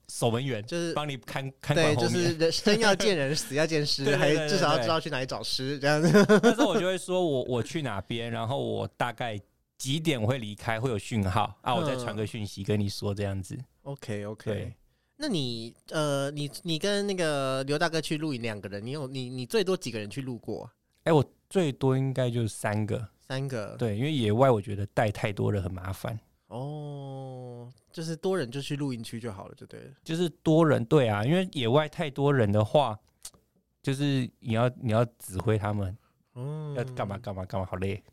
S1: 守门员，
S2: 就是
S1: 帮你看 [laughs] 看管
S2: 对，
S1: 后面。
S2: 就是人生要见人，死要见尸，
S1: 对对
S2: 还
S1: 对对
S2: 至少要
S1: 对
S2: 知道去哪里找尸这样 [laughs] 子。
S1: 那时候我就会说我我去哪边，然后我大概几点我会离开，会有讯号啊，我再传
S2: 嗯
S1: 个讯息跟你说这样子。
S2: OK
S1: 对
S2: OK。那你呃，你你跟那个刘大哥去露营两个人，你有你你最多几个人去露过？
S1: 哎、我最多应该就是三个，
S2: 三个。
S1: 对，因为野外我觉得带太多人很麻烦，
S2: 哦，就是多人就去露营区就好了，就对了。
S1: 就是多人对啊，因为野外太多人的话，就是你要你要指挥他们
S2: 嗯
S1: 要干嘛？干嘛干嘛，好累。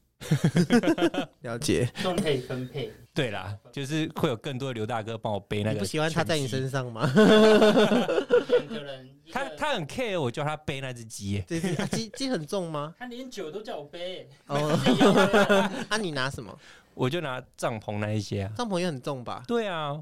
S2: 了解。
S4: 重可以分配。
S1: 对啦，就是会有更多的刘大哥帮我背那
S2: 你
S1: 个。 [laughs]
S2: 不喜欢他在你身？上吗？
S4: 两个人一
S1: 他
S4: 个
S1: 他很 care 我叫他背那只鸡耶，
S2: 这是啊鸡鸡很重吗？
S4: 他连酒都叫我
S1: [laughs]
S4: 背，
S2: 哦， [laughs]
S4: 自己要背啊
S2: 啊，你拿什么？
S1: 我就拿帐篷那一些啊。
S2: 帐篷也很重吧？ [laughs]
S1: 对啊，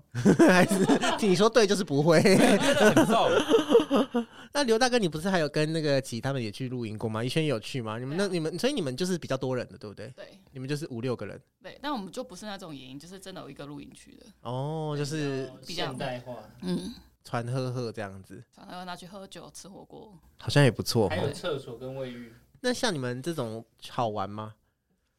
S2: 还是你 [laughs] 说对就是不会？
S1: 真的很 [laughs] 重。
S2: 那刘大哥，你不是还有跟那个吉他们也去露营过吗？一轩也有去吗？你们那
S3: 对啊
S2: 你们，所以你们就是比较多人的，对不对？
S3: 对
S2: 你们就是五六个人
S3: 对，但我们就不是那种野营，就是真的有一个露营区的，
S2: 哦，就是
S4: 比较现代化，
S3: 嗯，
S2: 船喝喝这样子，
S3: 常常要拿去喝酒、吃火锅。
S2: 好像也不错哦
S4: 还
S2: 哈。
S4: 有厕所跟卫浴。
S2: 那像你们这种好玩吗？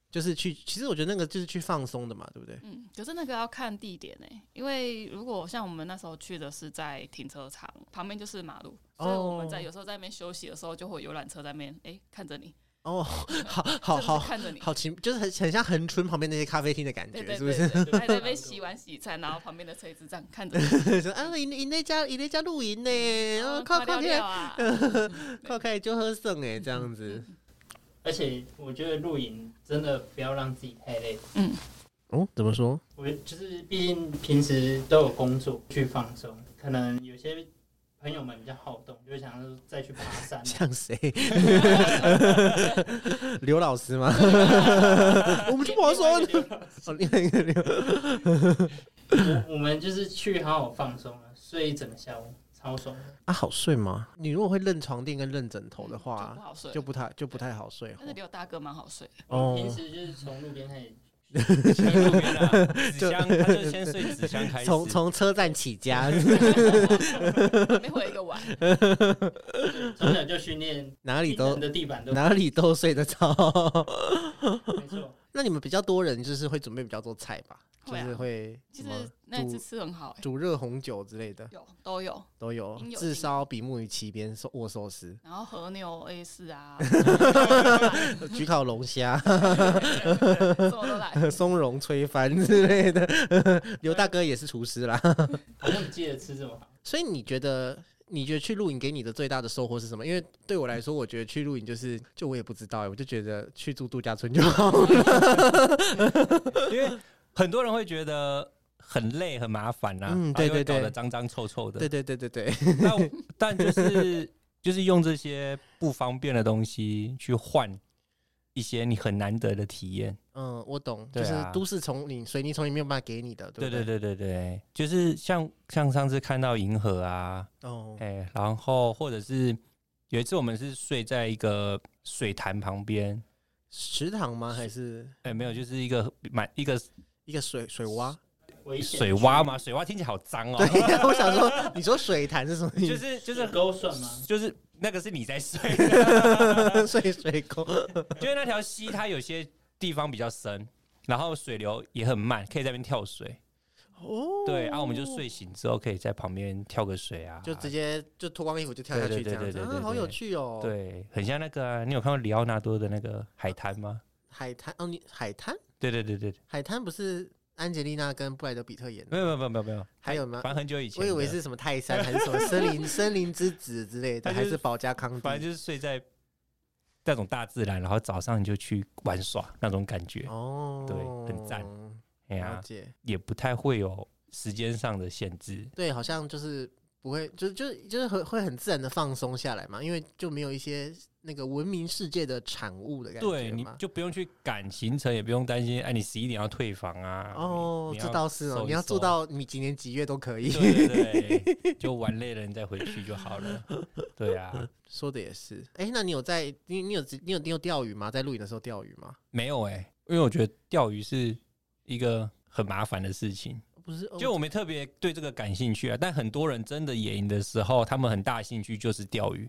S2: 就是去，其实我觉得那个就是去放松的嘛，对不
S3: [laughs]
S2: 对？
S3: 嗯，可是那个要看地点呢、欸因为如果像我们那时候去的是在停车场旁边就是马路，所以我们在
S2: 哦
S3: 有时候在那边休息的时候，就会有游览车在那边哎、看着你，
S2: 哦，好好
S3: 真的
S2: 好
S3: 是看着你，
S2: 好奇，就是很很像恒春旁边那些咖啡厅的感
S3: 对
S2: 觉，
S3: 对
S2: 是不
S3: 对
S2: 是？
S3: 对，对还
S2: [laughs]
S3: 在那边洗碗洗菜，然后旁边的车一直这样看着你，
S2: 说啊，你你那家你那家露营呢，哦，
S3: 嗯快
S2: 靠靠
S3: 聊聊
S2: 天， [laughs]
S3: 啊，
S2: 靠开就喝剩哎，这样
S3: 嗯
S2: 子。
S4: 而且我觉得露营真的不要让自己太累，
S3: 嗯
S2: 哦，怎么说？
S4: 我就是毕竟平时都有工作去放松，可能有些朋友们比较好动，就会想要再去爬
S1: [laughs]
S4: 山、啊。
S2: 像谁？ [laughs] 刘老师吗？我们去爬山。
S4: [laughs]
S2: 哦，另外一个刘，
S4: 我我们就是去好好放松了，睡一整个下午，超爽的。
S2: 啊，好睡吗？你如果会认床垫跟认枕头的
S3: 嗯就不
S2: 话，
S3: 好睡
S2: 就。不太就不太好睡哦
S3: 但。是刘大哥蛮好睡的，
S4: 我
S2: 哦
S4: 平时就是从路边开始，
S1: 先路边啊纸箱，他就先睡纸箱开始。
S2: 从
S3: 哦
S2: 从车站起
S3: [laughs]
S2: 家，
S3: 没回一个碗，
S4: 从小就训练，
S2: 哪里都
S4: 冰冷的
S1: [laughs]
S4: 地板都
S2: 哪里都睡得着。 [laughs]
S4: 没错。
S2: 那你们比较多人，就是会准备比较多菜吧？就
S3: 会啊
S2: 是会
S3: 其
S2: 什
S3: 实
S2: 么
S3: 那一次
S2: 煮
S3: 吃很好、欸，
S2: 煮热红酒之类的
S3: 有都有，
S2: 都有
S3: 应，有尽
S2: 炙
S3: 有
S2: 烧比目鱼鳍边寿握寿司， [laughs]
S3: 然后和牛 A 四啊，
S2: 焗烤龙虾。
S3: 什么都
S2: [laughs]
S3: 来。
S2: 松茸吹翻之类的。 [laughs] 刘大哥也是厨师啦， [laughs]
S4: 好像不记得吃什么，
S2: 所以你觉得？你觉得去露营给你的最大的收获是什么？因为对我来说，我觉得去露营就是，就我也不知道、欸，我就觉得去住度假村就好了。
S1: 因为很多人会觉得很累、很麻烦啦、啊，
S2: 嗯对对对
S1: 搞得脏脏臭臭
S2: 对
S1: 的。
S2: 对对对对，
S1: 但但就是就是用这些不方便的东西去换一些你很难得的体验。
S2: 嗯，我懂，就
S1: 对
S2: 是
S1: 啊
S2: 都市丛林、水泥丛林没有办法给你的，对
S1: 对
S2: 不
S1: 对对
S2: 对
S1: 对对，就是像像上次看到银河啊，
S2: 哦，
S1: 哎、然后或者是有一次我们是睡在一个水潭旁边，
S2: 池塘吗？还是
S1: 哎、没有，就是一个买一个
S2: 一个水水 [laughs] 洼？
S4: 危险
S1: 水洼嘛，水洼听起来好脏哦、
S2: 对，我想说，你说水潭是什么意
S1: 就
S2: 思？
S1: 是就
S4: 就
S1: 是
S4: 是勾算吗？
S1: 就是那个是你在睡，
S2: [laughs] 水水沟，
S1: 因为那条溪它有些地方比较深，然后水流也很慢，可以在那边跳水。
S2: 哦，
S1: 对，然、后我们就睡醒之后可以在旁边跳个水啊，
S2: 就直接就脱光衣服就跳下
S1: 对对
S2: 去这
S1: 对
S2: 样子，
S1: 对对
S2: 啊，
S1: 对
S2: 好有
S1: 对
S2: 趣哦。，
S1: 对，很像那个啊、你有看过里奥纳多的那个海滩吗？
S2: 海滩哦，你海滩。
S1: 对对对对，对
S2: 海滩不是安吉丽娜跟布莱德比特演
S1: 没
S2: 的，
S1: 有没有没有没有没有，
S2: 还有吗
S1: 嗯反？正很久以前
S2: 我
S1: 的，
S2: 以为是什么泰山还是什么森林森林之子之类的，
S1: 它就
S2: 还
S1: 是
S2: 是保加康
S1: 反正
S2: 帝？
S1: 就是睡在那种大自然，然后早上你就去玩耍那种感觉。
S2: 哦，
S1: 对很赞哎呀、
S2: 了解，
S1: 也不太会有时间上的限制。
S2: 对，好像就是不会，就就就是会会很自然的放松下来嘛，因为就没有一些那个文明世界的产物的感
S1: 对，
S2: 觉
S1: 你
S2: 嘛。
S1: 就不用去赶行程，也不用担心，哎，你十一点要退房啊。
S2: 哦，
S1: 你
S2: 这倒是哦，你要做。到你几年几月都可
S1: 你
S2: 以 [laughs]
S1: 收。一收 [laughs] 对对 [laughs] 对，就玩累了你再回去就好了。对
S2: [laughs]
S1: 啊，
S2: 说的也是，哎，那你有在你你有你有你有钓鱼吗？在露营的时候钓鱼吗？
S1: 没有哎、因为我觉得钓鱼是一个很麻烦的事情，
S2: 不是，哦
S1: 就我没特别对这个感兴趣啊。但很多人真的野营的时候，他们很大兴趣就是钓鱼。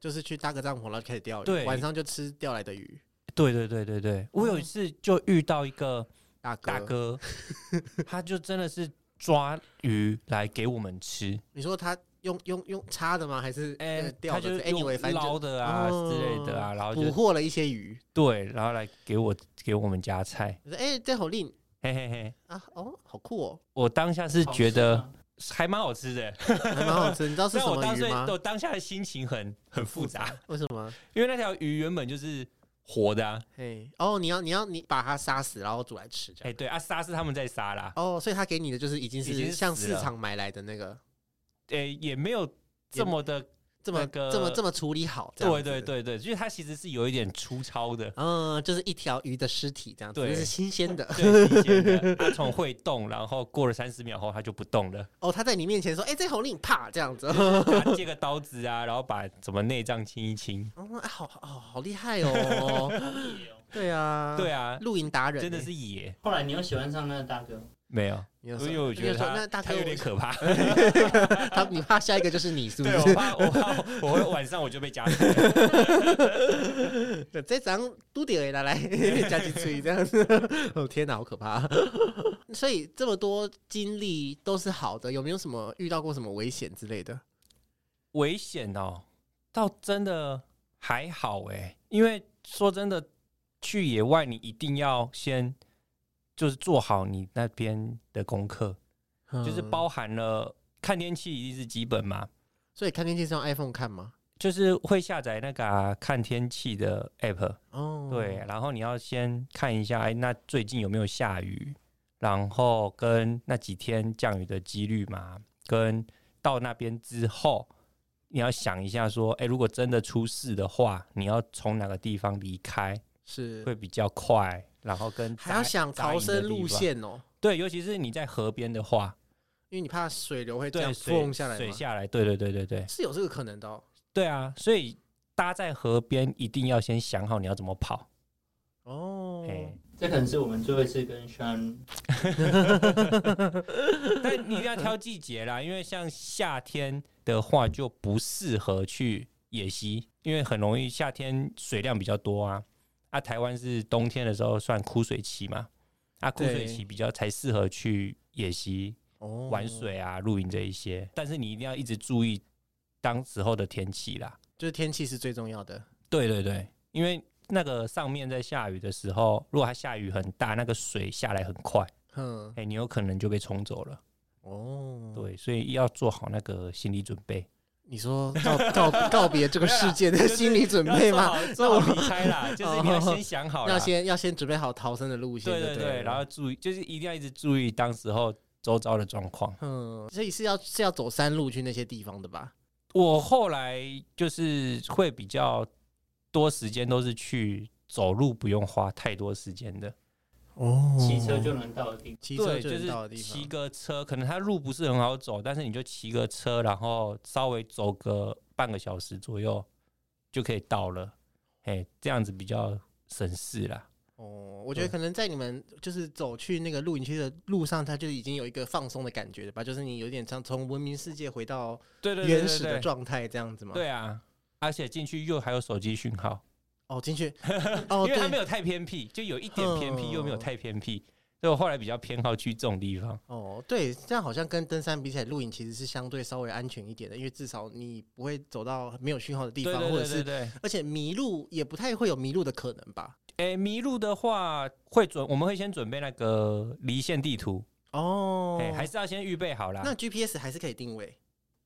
S2: 就是去搭个帐篷，然后就开始钓鱼，
S1: 对
S2: 晚上就吃钓来的鱼。
S1: 对对对对对，我有一次就遇到一个
S2: 大哦哥，
S1: 大哥，他就真的是抓鱼来给我们吃，
S2: 你说他用用用叉的吗？还是
S1: 哎、
S2: 呃
S1: 他
S2: 钓
S1: 就是
S2: 的
S1: 用
S2: ？Anyway，反正
S1: 捞
S2: 就
S1: 的啊、
S2: 哦
S1: 之类的啊，然后
S2: 捕
S1: 就
S2: 获了一些鱼。
S1: 对，然后来给我给我们夹菜，
S2: 我说哎，这好令
S1: 嘿嘿嘿，
S2: 啊，哦，好酷哦，
S1: 我当下是
S4: 好吃
S1: 觉得
S4: 吗
S1: 还蛮好吃的，
S2: 还蛮好吃。你知道是
S1: 但
S2: 什
S1: 我
S2: 么
S1: 当
S2: 鱼
S1: 时
S2: 吗？
S1: 我当下的心情很很复杂，
S2: 为什么？
S1: [laughs] 因为那条鱼原本就是活的啊，
S2: 嘿，哦，你要你要你把它杀死，然后煮来吃这
S1: 哎、
S2: 样。
S1: 对啊，杀是他们在杀啦，
S2: 哦，所以他给你的就是已经
S1: 已经
S2: 是
S1: 是
S2: 像
S1: 死
S2: 市
S1: 了
S2: 场买来的那个
S1: 哎、也没有这么的
S2: 这么
S1: 那个
S2: 这么这么处理好，这样
S1: 对对
S2: 子，
S1: 对对，就是它其实是有一点粗糙
S2: [laughs]
S1: 的，
S2: 嗯，就是一条鱼的尸体这样子，
S1: 对
S2: 这是新鲜的。
S1: 对，新鲜的，它从会动，然后过了三十秒后它就不动了，
S2: 哦，他在你面前说，哎、这红令啪这样子，
S1: 它借个刀子啊，然后把什么内脏清一清，
S2: 嗯，哎，好好好好厉害
S1: [laughs]
S2: 哦，
S4: 也有
S2: 对啊，
S1: 对啊，
S2: 露营达人、欸
S1: 真的，是野
S4: 后来你又喜欢上那个大哥，
S1: 没有，
S2: 你就
S1: 因
S2: 说
S1: 为我觉
S2: 你就
S1: 得
S2: 说那大
S1: 它
S2: 哥
S1: 它有点可
S2: [laughs]
S1: 怕，
S2: 他，你怕下一个就是你，是
S1: [laughs]
S2: 不
S1: 对哦
S2: 是？
S1: 我怕我怕我会晚上我就被夹死了，
S2: 对， [laughs] 这张都得来来加进去这样子。哦天哪，好可怕！ [laughs] 所以这么多经历都是好的，有没有什么遇到过什么危险之类的？
S1: [laughs] 危险哦，倒真的还好哎，因为说真的，去野外你一定要先就是做好你那边的功课，就是
S2: 嗯，
S1: 包含了看天气一定是基本嘛，
S2: 所以看天气是用 iPhone 看吗？
S1: 就是会下载那个啊、看天气的 app，
S2: 哦，
S1: 对，，然后你要先看一下，哎，那最近有没有下雨，然后跟那几天降雨的几率嘛，跟到那边之后，你要想一下说，哎，如果真的出事的话，你要从哪个地方离开
S2: 是
S1: 会比较快，然后跟
S2: 还
S1: 扎
S2: 要想
S1: 扎营
S2: 逃
S1: 的
S2: 生
S1: 地
S2: 路
S1: 方，
S2: 线哦，
S1: 对，尤其是你在河边的话，
S2: 因为你怕水流会这
S1: 对，
S2: 样
S1: 水
S2: 冲下来
S1: 水
S2: 嘛，
S1: 下来，对对对对对。
S2: 是有这个可能的、哦。
S1: 对啊，所以搭在河边一定要先想好你要怎么跑。
S2: 哦
S1: 哎、，
S4: 这可能是我们最后一次跟 Sean
S1: [laughs] 但你一定要挑季节啦，因为像夏天的话就不适合去野溪，因为很容易夏天水量比较多啊。啊，台湾是冬天的时候算枯水期嘛，啊，枯水
S2: 对
S1: 期比较才适合去野溪
S2: 哦
S1: 玩，水啊、露营这一些。但是你一定要一直注意当时候的天气啦。
S2: 就是天气是最重要的。
S1: 对对对，因为那个上面在下雨的时候，如果它下雨很大，那个水下来很快，
S2: 嗯
S1: 哎、，你有可能就被冲走了。
S2: 哦，，
S1: 对，所以要做好那个心理准备，
S2: 你说告
S1: [laughs]
S2: 告告别这个世界的心理准备吗？哦
S1: 要
S2: [laughs]
S1: 做好？做好离开啦，就是你要先想好啦，
S2: 要先要先准备好逃生的路线
S1: 对
S2: 就
S1: 对
S2: 对
S1: 对，
S2: 了
S1: 然后注意，就是一定要一直注意当时候周遭的状况。
S2: 嗯，所以是要是要走山路去那些地方的吧？
S1: 我后来就是会比较多时间都是去走路，不用花太多时间的。
S2: 哦
S4: 骑车就能到的地方。
S2: 骑车
S1: 对，
S2: 就能到的
S1: 是
S2: 地
S1: 骑
S2: 方，
S1: 个车，可能它路不是很好走，但是你就骑个车，然后稍微走个半个小时左右就可以到了。哎，这样子比较省事啦。
S2: 哦，我觉得可能在你们就是走去那个露营区的路上，它就已经有一个放松的感觉了吧？就是你有点像从文明世界回到
S1: 对对对
S2: 原
S1: 对
S2: 始的
S1: 对，
S2: 状态这样子嘛。，
S1: 对啊，而且进去又还有手机讯号，
S2: 哦，
S1: [laughs]
S2: 进去，哦，
S1: 因为它没
S2: 对，
S1: 有太偏僻，就有一点偏僻，
S2: 嗯
S1: 又没有太偏僻，所以我后来比较偏好去这种地方。
S2: 哦，对，这样好像跟登山比起来，露营其实是相对稍微安全一点的，因为至少你不会走到没有讯号的地
S1: 对
S2: 方，
S1: 对
S2: 或者
S1: 对对
S2: 是
S1: 对。
S2: 而且迷路也不太会有迷路的可能吧？
S1: 哎，迷路的话会准，我们会先准备那个离线地图，
S2: 哦，
S1: 哎，还是要先预备好啦。
S2: 那 GPS 还是可以定位。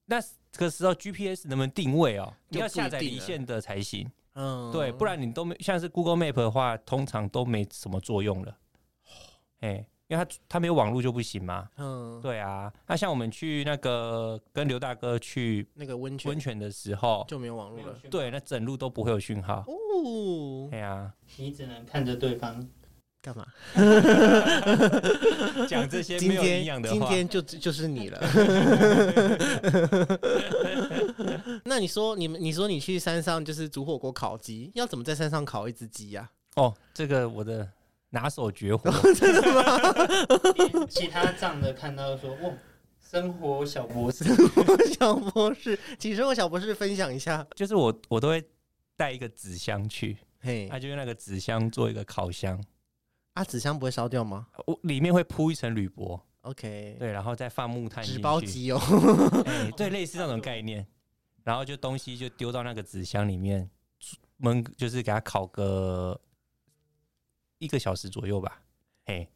S1: 那这个时候 GPS 能不能定位哦？
S2: 就
S1: 你要下载
S2: 不一定
S1: 离
S2: 了
S1: 线的才行，
S2: 嗯，
S1: 对，不然你都没像是 Google Map 的话，通常都没什么作用了。
S2: 哦
S1: 哎、因为它它没有网络就不行嘛。
S2: 嗯，
S1: 对啊，那像我们去那个跟刘大哥去
S2: 那个温泉
S1: 温泉的时候，
S2: 就没有网
S4: 没
S2: 络
S4: 有
S2: 了。
S4: 讯号
S1: 对，那整路都不会有讯号。
S2: 哦，
S1: 哎呀、
S4: 你只能看着对方。
S2: 干嘛？
S1: 讲这
S2: [laughs]
S1: 些
S2: 今
S1: 没有营养
S2: 天
S1: 的
S2: 今
S1: 话，
S2: 天就就是你了。 [laughs] 那你说你们，你说你去山上就是煮火锅烤鸡，要怎么在山上烤一只鸡啊 [laughs] 呀？
S1: 哦，这个我的拿手绝
S2: [laughs]
S1: 活，
S4: 其他站的看到说，哇，生活小
S2: [laughs]
S4: 博士，
S2: 小博士，请生活小博士分享一下。
S1: 就是我我都会带一个纸箱去，啊
S2: 嘿
S1: 那、，就用那个纸箱做一个烤箱。
S2: 啊，纸箱不会烧掉吗
S1: 我里面会铺一层铝箔，
S2: ？OK，
S1: 哦对，然后再放木炭进
S2: 纸
S1: 去，
S2: 包鸡哦。
S1: 哎 [laughs] 对，类似那种概念。然后就东西就丢到那个纸箱里面，焖就是给它烤个一个小时左右吧，嘿，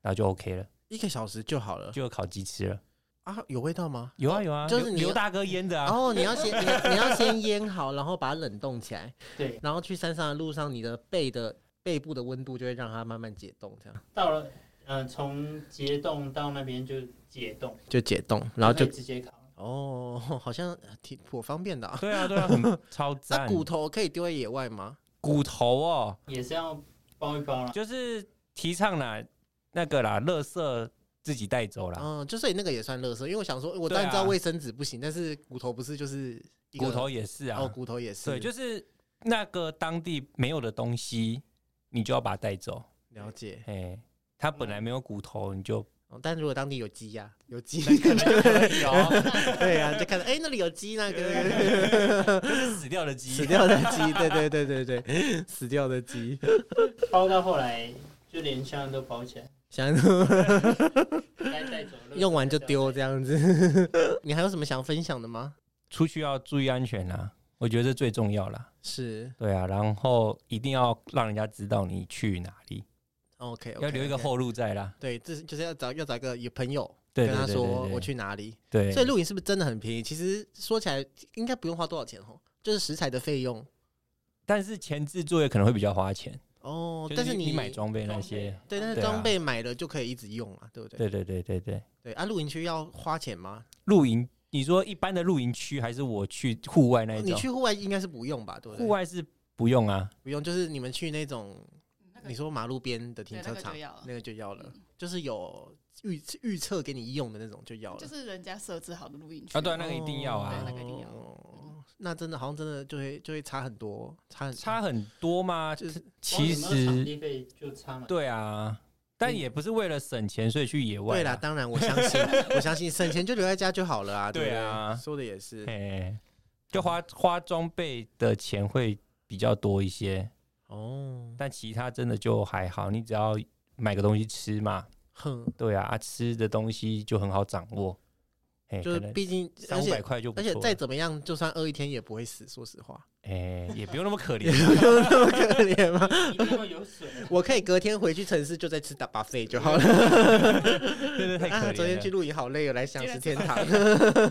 S1: 然后就 OK 了，
S2: 一个小时就好了
S1: 就有烤鸡吃了。
S2: 啊？有味道吗？
S1: 有啊有啊，
S2: 就是
S1: 刘
S2: 你
S1: 刘大哥腌的啊，
S2: 哦，你要先你要你要先腌好，然后把它冷冻起来，
S4: 对，
S2: 然后去山上的路上，你的背的背部的温度就会让它慢慢解冻，这样
S4: 到了，呃，从结冻到那边就解冻，
S2: 就解冻，然后
S4: 可以
S2: 就
S4: 直接烤。
S2: 哦， [laughs] 好像挺颇方便的、啊。
S1: 对啊，对啊，
S2: [laughs]
S1: 很超
S2: 那、
S1: 赞。
S2: 骨头可以丢在野外吗？
S1: 骨头哦，
S4: 也是要包一包啦。
S1: 就是提倡啦，那个啦，垃圾自己带走啦。
S2: 嗯，就所以那个也算垃圾，因为我想说，我
S1: 啊对
S2: 当然知道
S1: 啊
S2: 卫生纸不行，但是骨头不是就是一个
S1: 骨头也是啊，
S2: 哦，骨头也是，
S1: 对，就是那个当地没有的东西，你就要把它带走。
S2: 了解。
S1: 哎，
S2: 嗯
S1: 它本来没有骨头，你
S2: [laughs]
S1: 就
S2: 哦，但如果当地有鸡呀、有鸡，
S1: 有
S2: [laughs] 对啊，你就看到哎、那里有鸡，那个
S1: [laughs] 死掉的鸡
S2: [laughs] 死。掉的鸡，对对对对对， [laughs] 死掉的鸡，
S4: 包到后来就连箱子都包起来，
S2: 想
S4: 该带走的
S2: 用完就丢这
S4: 样。
S2: 样子。 [laughs] 你还有什么想分享的吗？
S1: 出去要注意安全啦，我觉得这最重要啦。
S2: 是
S1: 对啊，然后一定要让人家知道你去哪里，
S2: ，OK，, o k
S1: 要留一个。后路在啦。
S2: 对，这是就是要找要找一个有朋友
S1: 对
S2: 跟
S1: 对
S2: 他
S1: 对
S2: 说
S1: 对对
S2: 我去哪里。
S1: 对，
S2: 所以露营是不是真的很便宜？其实说起来应该不用花多少钱哦，就是食材的费用
S1: 但是前置作业可能会比较花钱，
S2: 哦。
S1: 就
S2: 但
S1: 是
S2: 是
S1: 你买装备那些，
S2: 对，但是
S1: 对啊
S2: 装备买了就可以一直用嘛，对不对？
S1: 对对对对对。
S2: 对啊，露营区要花钱吗？
S1: 露营，你说一般的露营区还是我去户外那一
S2: 哦你
S1: 种？
S2: 去户外应该是不用吧？对不对？
S1: 户外是不用啊，
S2: 不用，就是你们去那种
S3: 那
S2: 你
S3: 个
S2: 说马路边的停
S3: 对
S2: 车
S3: 那个
S2: 场
S3: 就，要了
S2: 那个就要了
S3: 嗯，
S2: 就是有预预测给你用的那种就要了。
S3: 就是人家设置好的录音区哦
S1: 啊对啊那个一定要啊
S3: 对那个一定要
S2: 哦那真的好像真的就会就会差很多，差很
S1: 差很多吗？
S2: 就是
S1: 其
S4: 光有没有场
S1: 实
S4: 地费就差嘛。
S1: 对啊，但也不是为了省钱所以去野外
S2: 嗯对啦，
S1: 啊。
S2: 当然我相
S1: [laughs]
S2: 信，我相信省钱就留在家就好了啊。对
S1: 对啊
S2: 不对说的也是。
S1: 哎，就花花装备的钱会比较多一些，
S2: 哦，
S1: 但其他真的就还好，你只要买个东西吃嘛。
S2: 哼，
S1: 对啊，啊吃的东西就很好掌握，哎，
S2: 就是
S1: 可能
S2: 毕竟，
S1: 三
S2: 而
S1: 五百
S2: 且
S1: 块就不
S2: 而且
S1: 错啊
S2: 再
S1: 了，
S2: 怎么样，就算饿一天也不会死。说实
S1: [laughs]
S2: 话， [laughs]
S1: 哎，也不用那么可
S2: 也 [laughs]
S1: 怜。
S2: 没有那么可怜吗？
S4: 一定会有水。
S2: 我可以隔天回去城市就再吃打巴费就好了。
S1: 真的太可怜
S2: 啊，
S1: 了。
S2: 昨天去露营好累哦，来
S1: [laughs]
S2: 想吃天堂。 [laughs]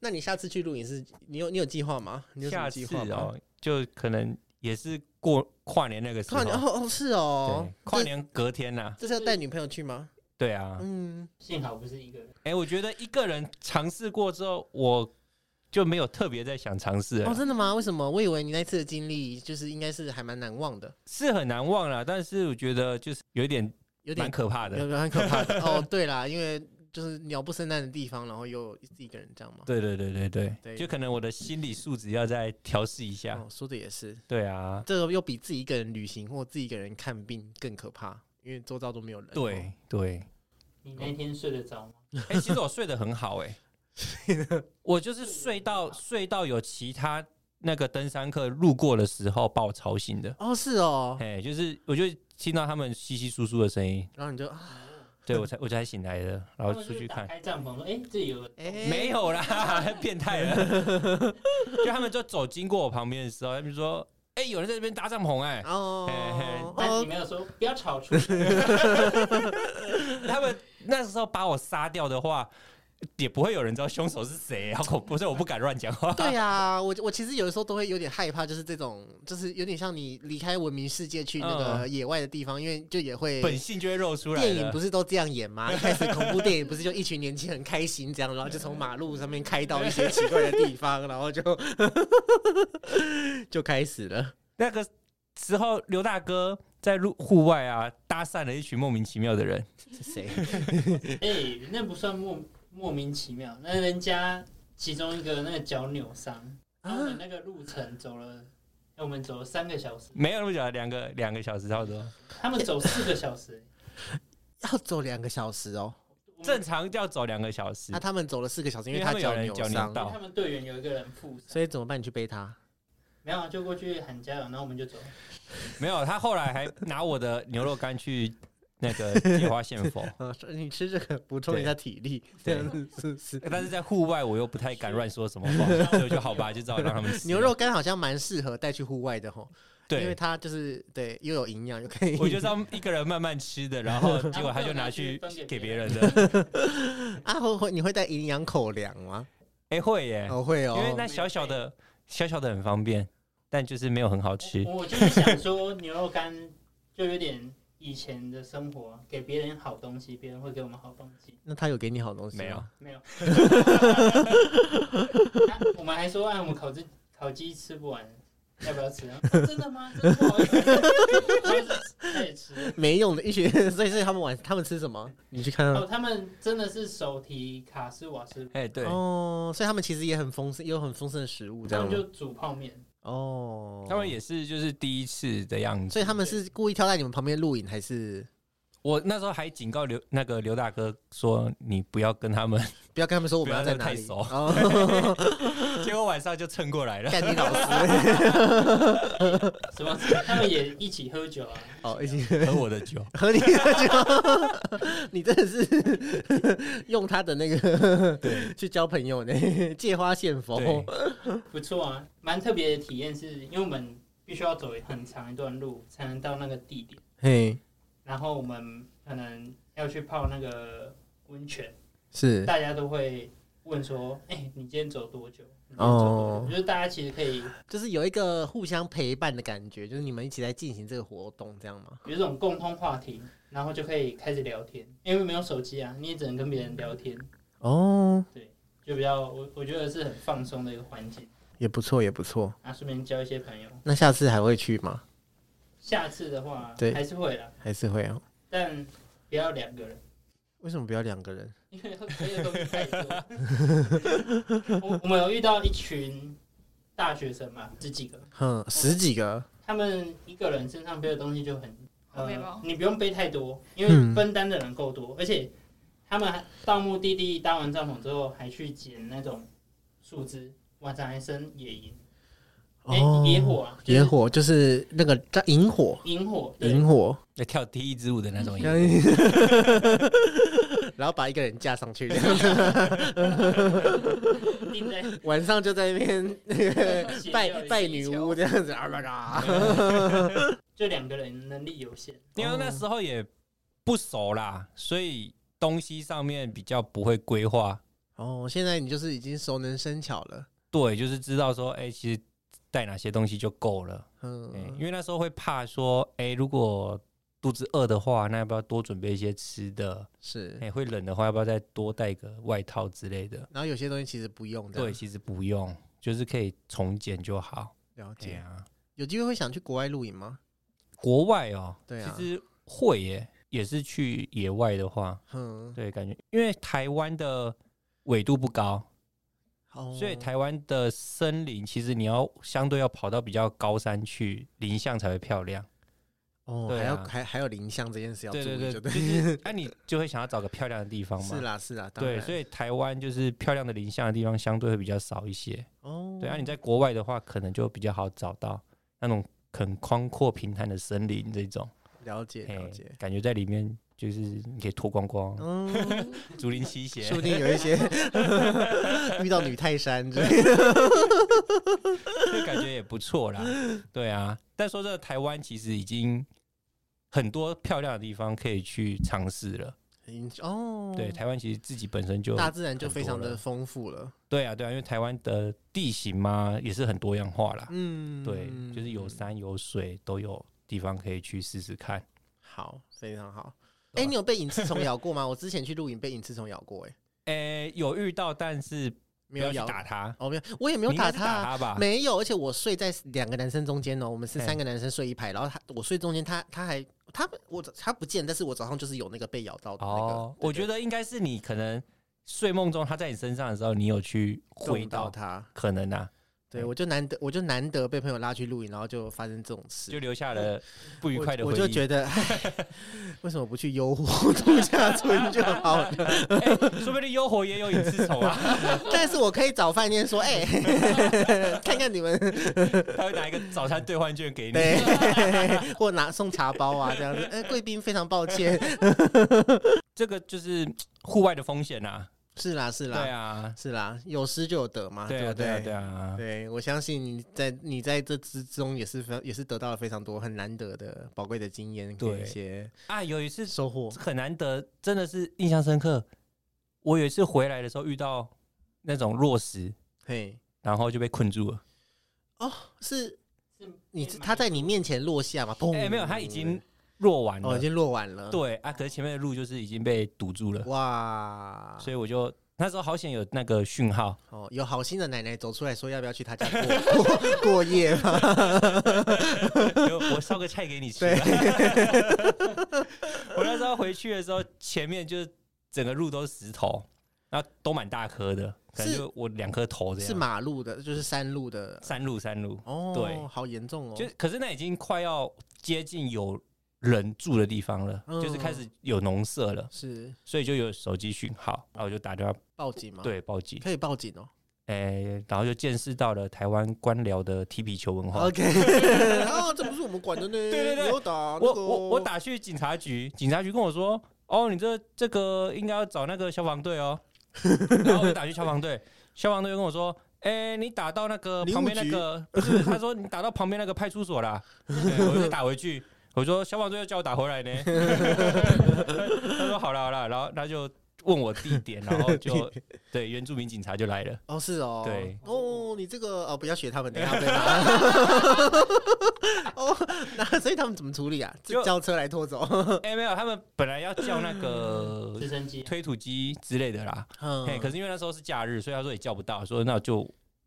S2: 那你下次去露营是你有你有计划吗？你有什
S1: 下
S2: 么
S1: 次
S2: 计划吗？
S1: 哦，就可能也是过跨年那个时
S2: 跨
S1: 候，
S2: 年哦哦是哦
S1: 对，，跨年隔天呐、
S2: 这这是要带女朋友去吗？
S1: 对啊，哎、
S2: 嗯，
S4: 幸好不是一个人，
S1: 我觉得一个人尝试过之后，我就没有特别在想尝试了
S2: 哦，真的吗？为什么？我以为你那次的经历就是应该是还蛮难忘的，
S1: 是很难忘了，但是我觉得就是有一点
S2: 有点
S1: 蛮可怕
S2: 有
S1: 的，
S2: 点很可
S1: [laughs]
S2: 怕的。哦，对啦，因为就是鸟不生蛋的地方，然后又自己一个人这样嘛。
S1: 对对对对对，
S2: 对
S1: 就可能我的心理素质要再调试一下，
S2: 哦，说的也是，
S1: 对啊，
S2: 这个又比自己一个人旅行或自己一个人看病更可怕，因为周遭都没有人。
S1: 对
S2: [laughs]
S1: 对，
S4: 你那天睡得着吗？
S1: 哎、其实我睡得很好、
S2: [laughs]
S1: 哎，我就是睡到睡到有其他那个登山客路过的时候把我吵醒的。
S2: 哦，是哦，
S1: 哎，就是我就听到他们稀稀疏疏的声音，
S2: 然后你就
S1: 对我才我才醒来的，然后出去
S4: 他们
S1: 看，
S4: 就是打开帐篷说：“哎，这里有个
S2: 哎，
S1: 没有
S2: [laughs]
S1: 啦，变态了。就他们就走经过我旁边的时候，他们就说：“哎，有人在这边搭帐篷哎。
S2: 啊哦，
S4: 但你
S2: 哦，
S4: 没有说不要吵出去。
S1: [laughs] 他们那时候把我杀掉的话，也不会有人知道凶手是谁，好恐怖，所以我不敢乱讲话。
S2: 对啊，我我其实有的时候都会有点害怕，就是这种，就是有点像你离开文明世界去那个野外的地方，因为就也会。
S1: 嗯本性就会露出来
S2: 电影
S1: 了
S2: 不。是都这样
S1: [laughs]
S2: 演吗？一开始恐怖电影不是就一群年轻人开心这样，然后就从马路上面开到一些奇怪的地
S1: [laughs]
S2: 方，然后就 [laughs] 就开始了。
S1: 那个时候，刘大哥在路户外啊，搭讪了一群莫名其妙的人。
S2: 是谁？”
S4: 哎，那不算莫莫名其妙，那人家其中一个那个脚扭伤，然后我们那个路程走了，哎我们走了三个小时，
S1: 没有那么久，啊两个两个小时差不
S2: 嗯
S1: 多。
S4: 他们走四个小时。
S2: [laughs]
S4: 哎
S2: 要走两个小时哦。
S4: 我们
S1: 正常要走两个小时
S2: 那、，他们走了四个小时，因
S1: 因为
S2: 他
S1: 他们有
S2: 脚
S1: 人
S2: 扭
S1: 脚扭
S2: 伤，
S1: 到
S4: 他们队员有一个人负伤，
S2: 所以怎么办？你去背他？
S4: 没有啊就过去喊加油，然后我们就走。
S1: 没有，他后来还拿我的牛肉干去那
S2: [laughs]
S1: 个解花献佛，
S2: 啊，说你吃这个补充一下体力，这
S1: 对呃
S2: 样子是是。
S1: 但是在户外我又不太敢乱说什么话，所以我就好吧，就只好让他们吃
S2: 牛肉。干好像蛮适合带去户外的吼，因为
S1: 对，
S2: 它就是对又有营养又可以。
S1: 我就是要一个人慢慢吃的，然后结果他就拿去给别人的。
S2: 啊，会会你会带营养口粮吗？
S1: 哎，会耶，
S2: 哦，会
S1: 因
S2: 哦。
S1: 为那小小的小小的很
S2: 哦
S1: 方便，但就是没有很好吃。
S4: 我我就是想说牛肉干就有点以前的生活，给别人好东西，别人会给我们好东西。
S2: 那他有给你好东西吗
S1: 没有？
S4: 没有，他我们还说，哎，我们烤鸡烤鸡吃不完，要不要吃啊？ [laughs] 哦真的吗？真的不好意思，他也吃。
S2: 没用的一群，所以所以他们晚他们吃什么？你去看啊
S4: 哦，他们真的是手提卡斯瓦斯，
S1: 哎，对，
S2: 哦，所以他们其实也很丰盛，也有很丰盛的食物，这
S4: 他
S2: 样
S4: 们就
S2: 吗？
S4: 煮泡面，
S2: 哦，
S1: 他们也是就是第一次的样子。
S2: 所以他们是故意挑在你们旁边录影，还是
S1: 我那时候还警告刘那个刘大哥说，你不要跟他们。 [laughs]
S2: 不要跟他们说我们在哪里？
S1: 不要
S2: 哦， [laughs]
S1: 结果晚上就蹭过来了。
S2: 干你老
S1: [laughs]
S2: 师！
S4: 什么？他们也一起喝酒啊。
S2: 哦，已经
S1: 喝我的酒，
S2: 合理的就，你真的是 [laughs] 用他的那个
S1: 对
S2: 去交朋友呢，借花献佛
S1: 对。
S4: 不错啊，蛮特别的体验是，因为我们必须要走很长一段路才能到那个地点，
S2: 嘿，
S4: 然后我们可能要去泡那个温泉，
S2: 是
S4: 大家都会问说：“哎、你今天走多久？”你今天走多久
S2: 哦
S4: 就是大家其实可以
S2: 就是有一个互相陪伴的感觉，就是你们一起在进行这个活动，这样吗？
S4: 有一种共通话题，然后就可以开始聊天，因为没有手机啊，你也只能跟别人聊天，
S2: 哦，
S4: 就比较我我觉得是很放松的一个环境，
S2: 也不错，也不错。
S4: 然后顺便交一些朋友。
S2: 那下次还会去吗？
S4: 下次的话
S2: 对
S4: 还是会啦，
S2: 还是会哦？
S4: 但不要两个人。
S2: 为什么不要两个人？
S4: 因为没有东西太多。
S2: [laughs]
S4: 我我们有遇到一群大学生嘛，十几个，
S2: 哼，十几个，
S4: 他们一个人身上背的东西就很，
S3: 好背包
S4: 你不用背太多，因
S2: 嗯
S4: 为分担的人够多，而且他们还到目的地搭完帐篷之后，还去捡那种树枝，晚上还生野营，哎、野火啊，就是
S2: 哦野火就是那个叫萤火，
S4: 萤火，对，
S2: 萤火，
S1: 那跳第一支舞的那
S2: 嗯
S1: 种。
S2: [laughs] 然后把一个人架上去，这样子
S4: 定在
S2: 晚上就在那边那个
S4: 邪教
S2: 拜拜女巫这样子，啊
S1: [laughs]
S2: 啦啦，
S4: 就两个人能力有限，
S1: 因为那时候也不熟啦，所以东西上面比较不会规划。
S2: 哦，现在你就是已经熟能生巧了，
S1: 对，就是知道说，哎、其实带哪些东西就够了、哎，因
S2: 嗯，
S1: 为那时候会怕说，哎、如果肚子饿的话，那要不要多准备一些吃的？
S2: 是
S1: 哎、。会冷的话，要不要再多带个外套之类的？
S2: 然后有些东西其实不用的，
S1: 对，，其实不用，就是可以重剪就好。
S2: 了
S1: 对
S2: 解。
S1: 啊，
S2: 有机会会想去国外露营吗？
S1: 国外哦、
S2: 对啊
S1: 其实会耶，也是去野外的话，
S2: 哼，
S1: 对，感觉因为台湾的纬度不高，
S2: 哦
S1: 所以台湾的森林其实你要相对要跑到比较高山去，林相才会漂亮。
S2: 哦
S1: 对
S2: 还要
S1: 啊
S2: 还还有林相这件事要注
S1: 对对
S2: 意，就
S1: 对，就
S2: 对， [laughs]
S1: 是那、你就会想要找个漂亮的地方嘛。
S2: 是啦是啦，当
S1: 对，
S2: 然
S1: 所以台湾就是漂亮的林相的地方相对会比较少一些。
S2: 哦，
S1: 对，啊，你在国外的话，可能就比较好找到那种很宽阔平坦的森林这种，
S2: 了解
S1: 嘿
S2: 了
S1: [laughs]
S2: 解，
S1: 感觉在里面就是你可以脱光光，
S2: 嗯，
S1: 竹林七贤
S2: 说不定有一
S1: [laughs]
S2: 些遇到女泰山之类的。
S1: 就感觉也不错啦。对啊，但说这台湾其实已经很多漂亮的地方可以去尝试了。
S2: 哦，
S1: 对，，台湾其实自己本身就
S2: 大自然就
S1: 很
S2: 非
S1: 多
S2: 常的
S1: 了
S2: 丰富了。
S1: 对啊，对啊，因为台湾的地形嘛也是很多样化啦。
S2: 嗯，
S1: 对，就是有山有水都有地方可以去试试看。
S2: 好，非常好。
S1: 对啊
S2: 哎，
S1: 吧
S2: 你有被隐翅虫咬过吗？ [laughs] 我之前去露营被隐翅虫咬过，哎，
S1: 诶、有遇到，但是不
S2: 没有
S1: 要去
S2: 咬，
S1: 打它，
S2: 哦，没有，我也没有
S1: 你应该
S2: 打
S1: 是打
S2: 它。
S1: 它吧？
S2: 没有，而且我睡在两个男生中间哦，我们是
S1: 嘿
S2: 三个男生睡一排，然后他我睡中间，他他还他我他不见，但是我早上就是有那个被咬到的那个，
S1: 哦，我觉
S2: 得
S1: 得应该是你可能睡梦中它在你身上的时候，你有去挥
S2: 碰
S1: 到
S2: 到
S1: 它，
S2: 他，
S1: 可能啊，
S2: 对
S1: 对
S2: 我就难得我就难得被朋友拉去露营，然后就发生这种事，
S1: 就留下了不愉快的
S2: 我
S1: 回忆。
S2: 我就觉得， [laughs] 唉为什么不去优活度假村就好了？ [laughs]
S1: 哎 [laughs] 说不定幽火也有隐翅虫啊， [laughs]
S2: 但是我可以找饭店说，哎、 [laughs] 看看你们
S1: 他会拿一个早餐兑换券给你。
S2: 对，
S1: [laughs]
S2: 或拿送茶包啊这样子。哎、贵宾非常抱歉， [laughs]
S1: 这个就是嗯户外的风险啊。
S2: 是啦是
S1: 对
S2: 啦、
S1: 啊，
S2: 是啦，有失就有得嘛，
S1: 对啊，
S2: 不
S1: 对
S2: 对
S1: 啊，对啊。
S2: 对我相信你在你在这之中也是非常也是得到了非常多很难得的宝贵的经验跟
S1: 对
S2: 一些
S1: 啊，有一次
S2: 收获。
S1: 很难得，真的是印象深刻。我有一次回来的时候遇到那种落石，
S2: 嘿，
S1: 然后就被困住了。
S2: 是
S4: 是
S2: 你他在你面前落下嘛？砰！
S1: 哎哎，没有，他已经弱完
S2: 哦，
S1: 了
S2: 已，经落晚了。，
S1: 对啊，可是前面的路就是已经被堵住了，
S2: 哇，
S1: 所以我就那时候好险有那个讯号，
S2: 哦，有好心的奶奶走出来说要不要去她家过过过夜吗？
S1: [laughs] 就我烧个菜给你吃啊。 [laughs] 我那时候回去的时候，前面就是整个路都是石头，然后都蛮大颗的，可能
S2: 是
S1: 就我两颗头这样。
S2: 是？马路的，就是山路的。
S1: 山路山路，
S2: 哦，
S1: 对
S2: 好严重哦。
S1: 就可是那已经快要接近有人住的地方了，
S2: 嗯
S1: 就是开始有农舍了，
S2: 是
S1: 所以就有手机讯号，然后我就打电话
S2: 报警吗？，
S1: 对报警，
S2: 可以报警哦。
S1: 哎、然后就见识到了台湾官僚的踢皮球文化。 [laughs]
S2: OK，哦，这不是我们管的呢。对
S1: 对对
S2: 你要打那
S1: 我
S2: 个哦
S1: 我我打去警察局，警察局跟我说，哦，你这这个应该要找那个消防队哦。然后我就打去消防队，消防队就跟我说，哎、你打到那个
S2: 林务
S1: 旁边那
S2: [laughs]
S1: 个，不是，他说你打到旁边那个派出所啦，对我就打回去。我说消防队又叫我打回来呢，他说好了好了，然后他就问我地点，然后
S2: [laughs]
S1: 就对原住民警察就来了，
S2: 哦，是哦，
S1: 对，
S2: 哦，你这个哦，不要学
S1: [laughs]
S2: 他们，等一下被骂。 [laughs] 哦，那所以他们怎么处理啊？就
S1: 就
S2: 叫车来拖走。
S1: 哎、没有，他们本来要叫那个
S2: [laughs]
S4: 直升机
S1: 推土机之类的啦，嘿，
S2: 嗯，
S1: 可是因为那时候是假日，所以他说也叫不到，说那就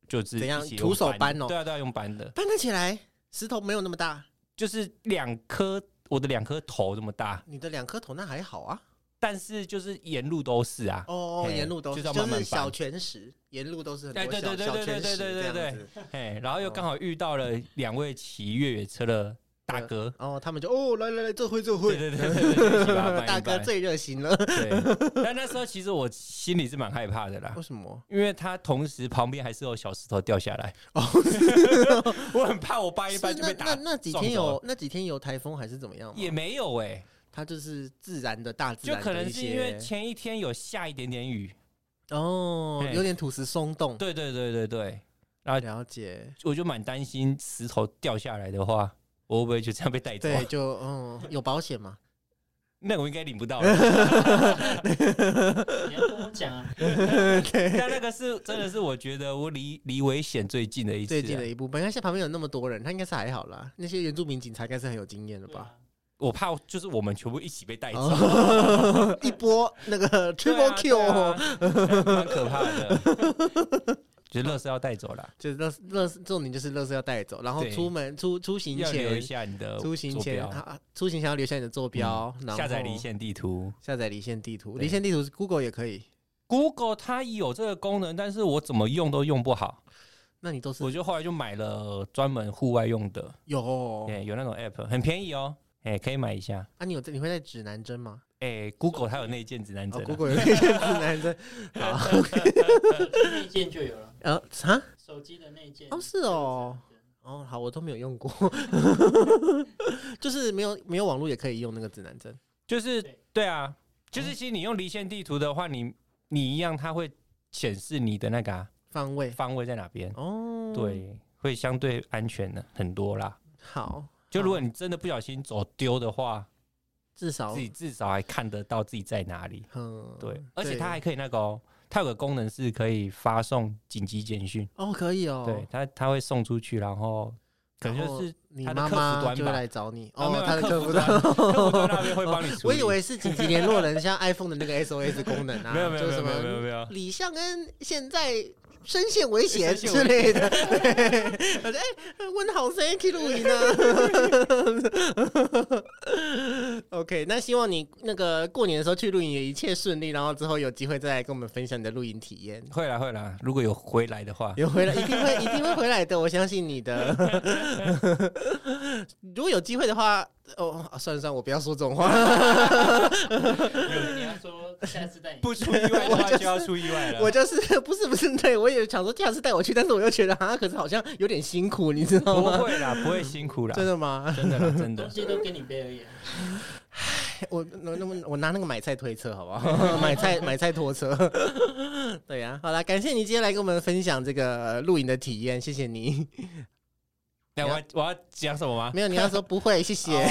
S1: 就是
S2: 怎样
S1: 一起
S2: 徒手搬哦
S1: 用对啊，对啊，用搬的，
S2: 搬得起来，石头没有那么大，
S1: 就是两颗我的两颗头这么大，
S2: 你的两颗头那还好啊。
S1: 但是就是沿路都是啊，
S2: 哦，
S1: 嘿
S2: 沿路都
S1: 就是是要慢慢
S2: 是
S1: 搬
S2: 小拳石，沿路都是很
S1: 哎
S2: 多
S1: 对
S2: 小
S1: 对对
S2: 小
S1: 对
S2: 拳石
S1: 对对对
S2: 这
S1: 对
S2: 样子。
S1: 嘿，然后又刚好遇到了两位骑越野车的大哥，
S2: 哦，他们就哦，来来来，这会这
S1: 对
S2: 会，
S1: 对对对对，一起把它搬一
S2: 大哥
S1: 搬
S2: 最热心了。
S1: 对，但那时候其实我心里是蛮害怕的啦
S2: 为。什么？
S1: 因为他同时旁边还是有小石头掉下来，我很怕我搬一
S2: 是
S1: 搬就
S2: 那
S1: 被
S2: 那
S1: 打，
S2: 那几
S1: 撞
S2: 天
S1: 走
S2: 有那几天有台风还是怎么样吗？
S1: 也没有哎、
S2: 它就是自然的大自
S1: 就
S2: 然
S1: 可
S2: 的
S1: 能
S2: 一
S1: 是因为
S2: 些
S1: 前一天有下一点点雨，
S2: 哦，
S1: 嘿
S2: 有点土石松 [laughs] 动。
S1: 对对对对对，
S2: 了解，
S1: 我就蛮担心石头掉下来的话，我会不会就这样被带走？
S2: 对，就嗯，有保险嘛？
S1: [laughs] 那我应该领不到了。
S2: [laughs]
S4: 你要跟我讲啊，
S1: 但那个是真的是我觉得我离离危险最近的一次啊、
S2: 最近的一部分，本来现在旁边有那么多人，他应该是还好啦。那些原住民警察应该是很有经验的
S4: 对
S2: 吧？
S4: 吧？
S1: 我怕就是我们全部一起被带走，
S2: 哦一波那个
S1: 啊 [laughs] 对啊
S2: triple kill，哦
S1: 对啊蛮可怕的。觉得乐是要带走了，
S2: 就是乐乐重点就是乐色要带走，然后
S1: 对
S2: 出门出出行
S1: 要留一
S2: 前，
S1: 下你的
S2: 出行
S1: 坐
S2: 前
S1: 标嗯
S2: 啊，出行前要留下你的坐标，然后
S1: 下载离线地图。
S2: 下载离线地图，
S1: 对
S2: 离线地图是 Google 也可以。
S1: Google 它有这个功能，但是我怎么用都用不好。
S2: 那你都是
S1: 我就后来就买了专门户外用的，
S2: 有
S1: 哎、
S2: 哦
S1: 有那种 app，很便宜哦，哎、可以买一下。
S2: 啊？你有你会在指南针吗？
S1: 哎、g o o g l e 它有内建指南
S2: 哦
S1: 针、啊
S2: ，Google 有内建指南针， [laughs] 好，
S4: 内建就有了，
S2: 呃，啊，
S4: 手机的内建
S2: 哦，是哦，哦，好，我都没有用过， [laughs] 就是没有没有网络也可以用那个指南针。
S1: 就是
S4: 对
S1: 对啊，
S2: 嗯
S1: 就是其实你用离线地图的话，你你一样，它会显示你的那个啊、
S2: 方位
S1: 方位在哪边，
S2: 哦，，
S1: 对，会相对安全的很多啦。
S2: 好，
S1: 就如果你真的不小心走丢的话，
S2: 至少
S1: 自己至少还看得到自己在哪里。
S2: 嗯，
S1: 对，而且它还可以那个哦，它有个功能是可以发送紧急简讯，
S2: 哦可以哦，
S1: 对，它它会送出去，然后可能
S2: 然后
S1: 就是
S2: 你
S1: 他的
S2: 妈
S1: 客服
S2: 妈
S1: 端
S2: 就会
S1: 吧
S2: 来找你
S1: 啊没
S2: 哦，
S1: 有
S2: 他的
S1: [laughs] 客
S2: 服
S1: 服
S2: 端
S1: 端，客服端那边会帮你处理。
S2: [laughs] 我以为是紧急联络人，像 iPhone 的那个 SOS 功能
S1: [laughs]
S2: 啊，
S1: 没有没有
S2: 就
S1: 没
S2: 什
S1: 有没有没有
S2: 么
S1: 没有，
S2: 李尚恩现在深陷危险
S1: 深陷
S2: 之类的， [laughs] 对，我说哎，问好声音去录音啊。OK，那希望你那个过年的时候去露营也一切顺利，然后之后有机会再来跟我们分享你的露营体验。
S1: 会啦会啦，如果有回来的话，
S2: 有回来，一定会，一定会回来的，我相信你的。 [laughs] 如果有机会的话，哦，算了算了，我不要说这种话。
S4: 对，你要说下次带你，
S1: 不出意外的
S2: 我
S1: 话
S2: 就是
S1: 就要出意外了。
S2: [laughs] 我就是不是不是，对我也想说下次带我去，但是我又觉得啊，可是好像有点辛苦，你知道
S1: 不
S2: 吗？
S1: 会啦，不会辛苦啦，
S2: 真的吗？
S1: 真的啦，真
S2: [laughs]
S4: 东
S1: 的。
S4: 西都给你背而已啊，
S2: 我那那么我拿那个买菜推车好不好？买菜买菜拖车。 [laughs] 对呀、好啦，感谢你今天来跟我们分享这个呃露营的体验，谢谢你。
S1: 那我要我要讲什么吗？
S2: 没有，你要说不会，谢谢。
S1: 哦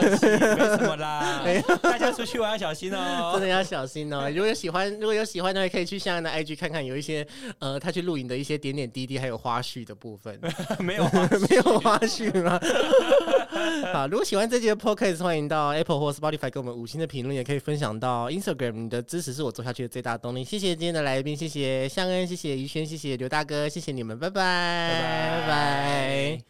S1: 客气没什么
S2: [laughs]
S1: 啦，大家出去玩要小心
S2: 真
S1: 哦。
S2: 的要小心哦！如果有喜欢，如果有喜欢的话，可以去向恩的 IG 看看，有一些呃，他去露营的一
S1: [laughs]
S2: 些 [laughs] 点点滴滴，还有花絮的部分。
S1: 没有啊，
S2: [laughs] 没有花絮吗？好，如果喜欢这集的 podcast，欢迎到 Apple 或 Spotify 给我们五星的评论，也可以分享到 Instagram。你的支持是我做下去的最大动力。谢谢今天的来宾，谢谢向恩，谢谢于轩，谢谢刘大哥，谢谢你们，拜拜，
S1: 拜
S2: 拜拜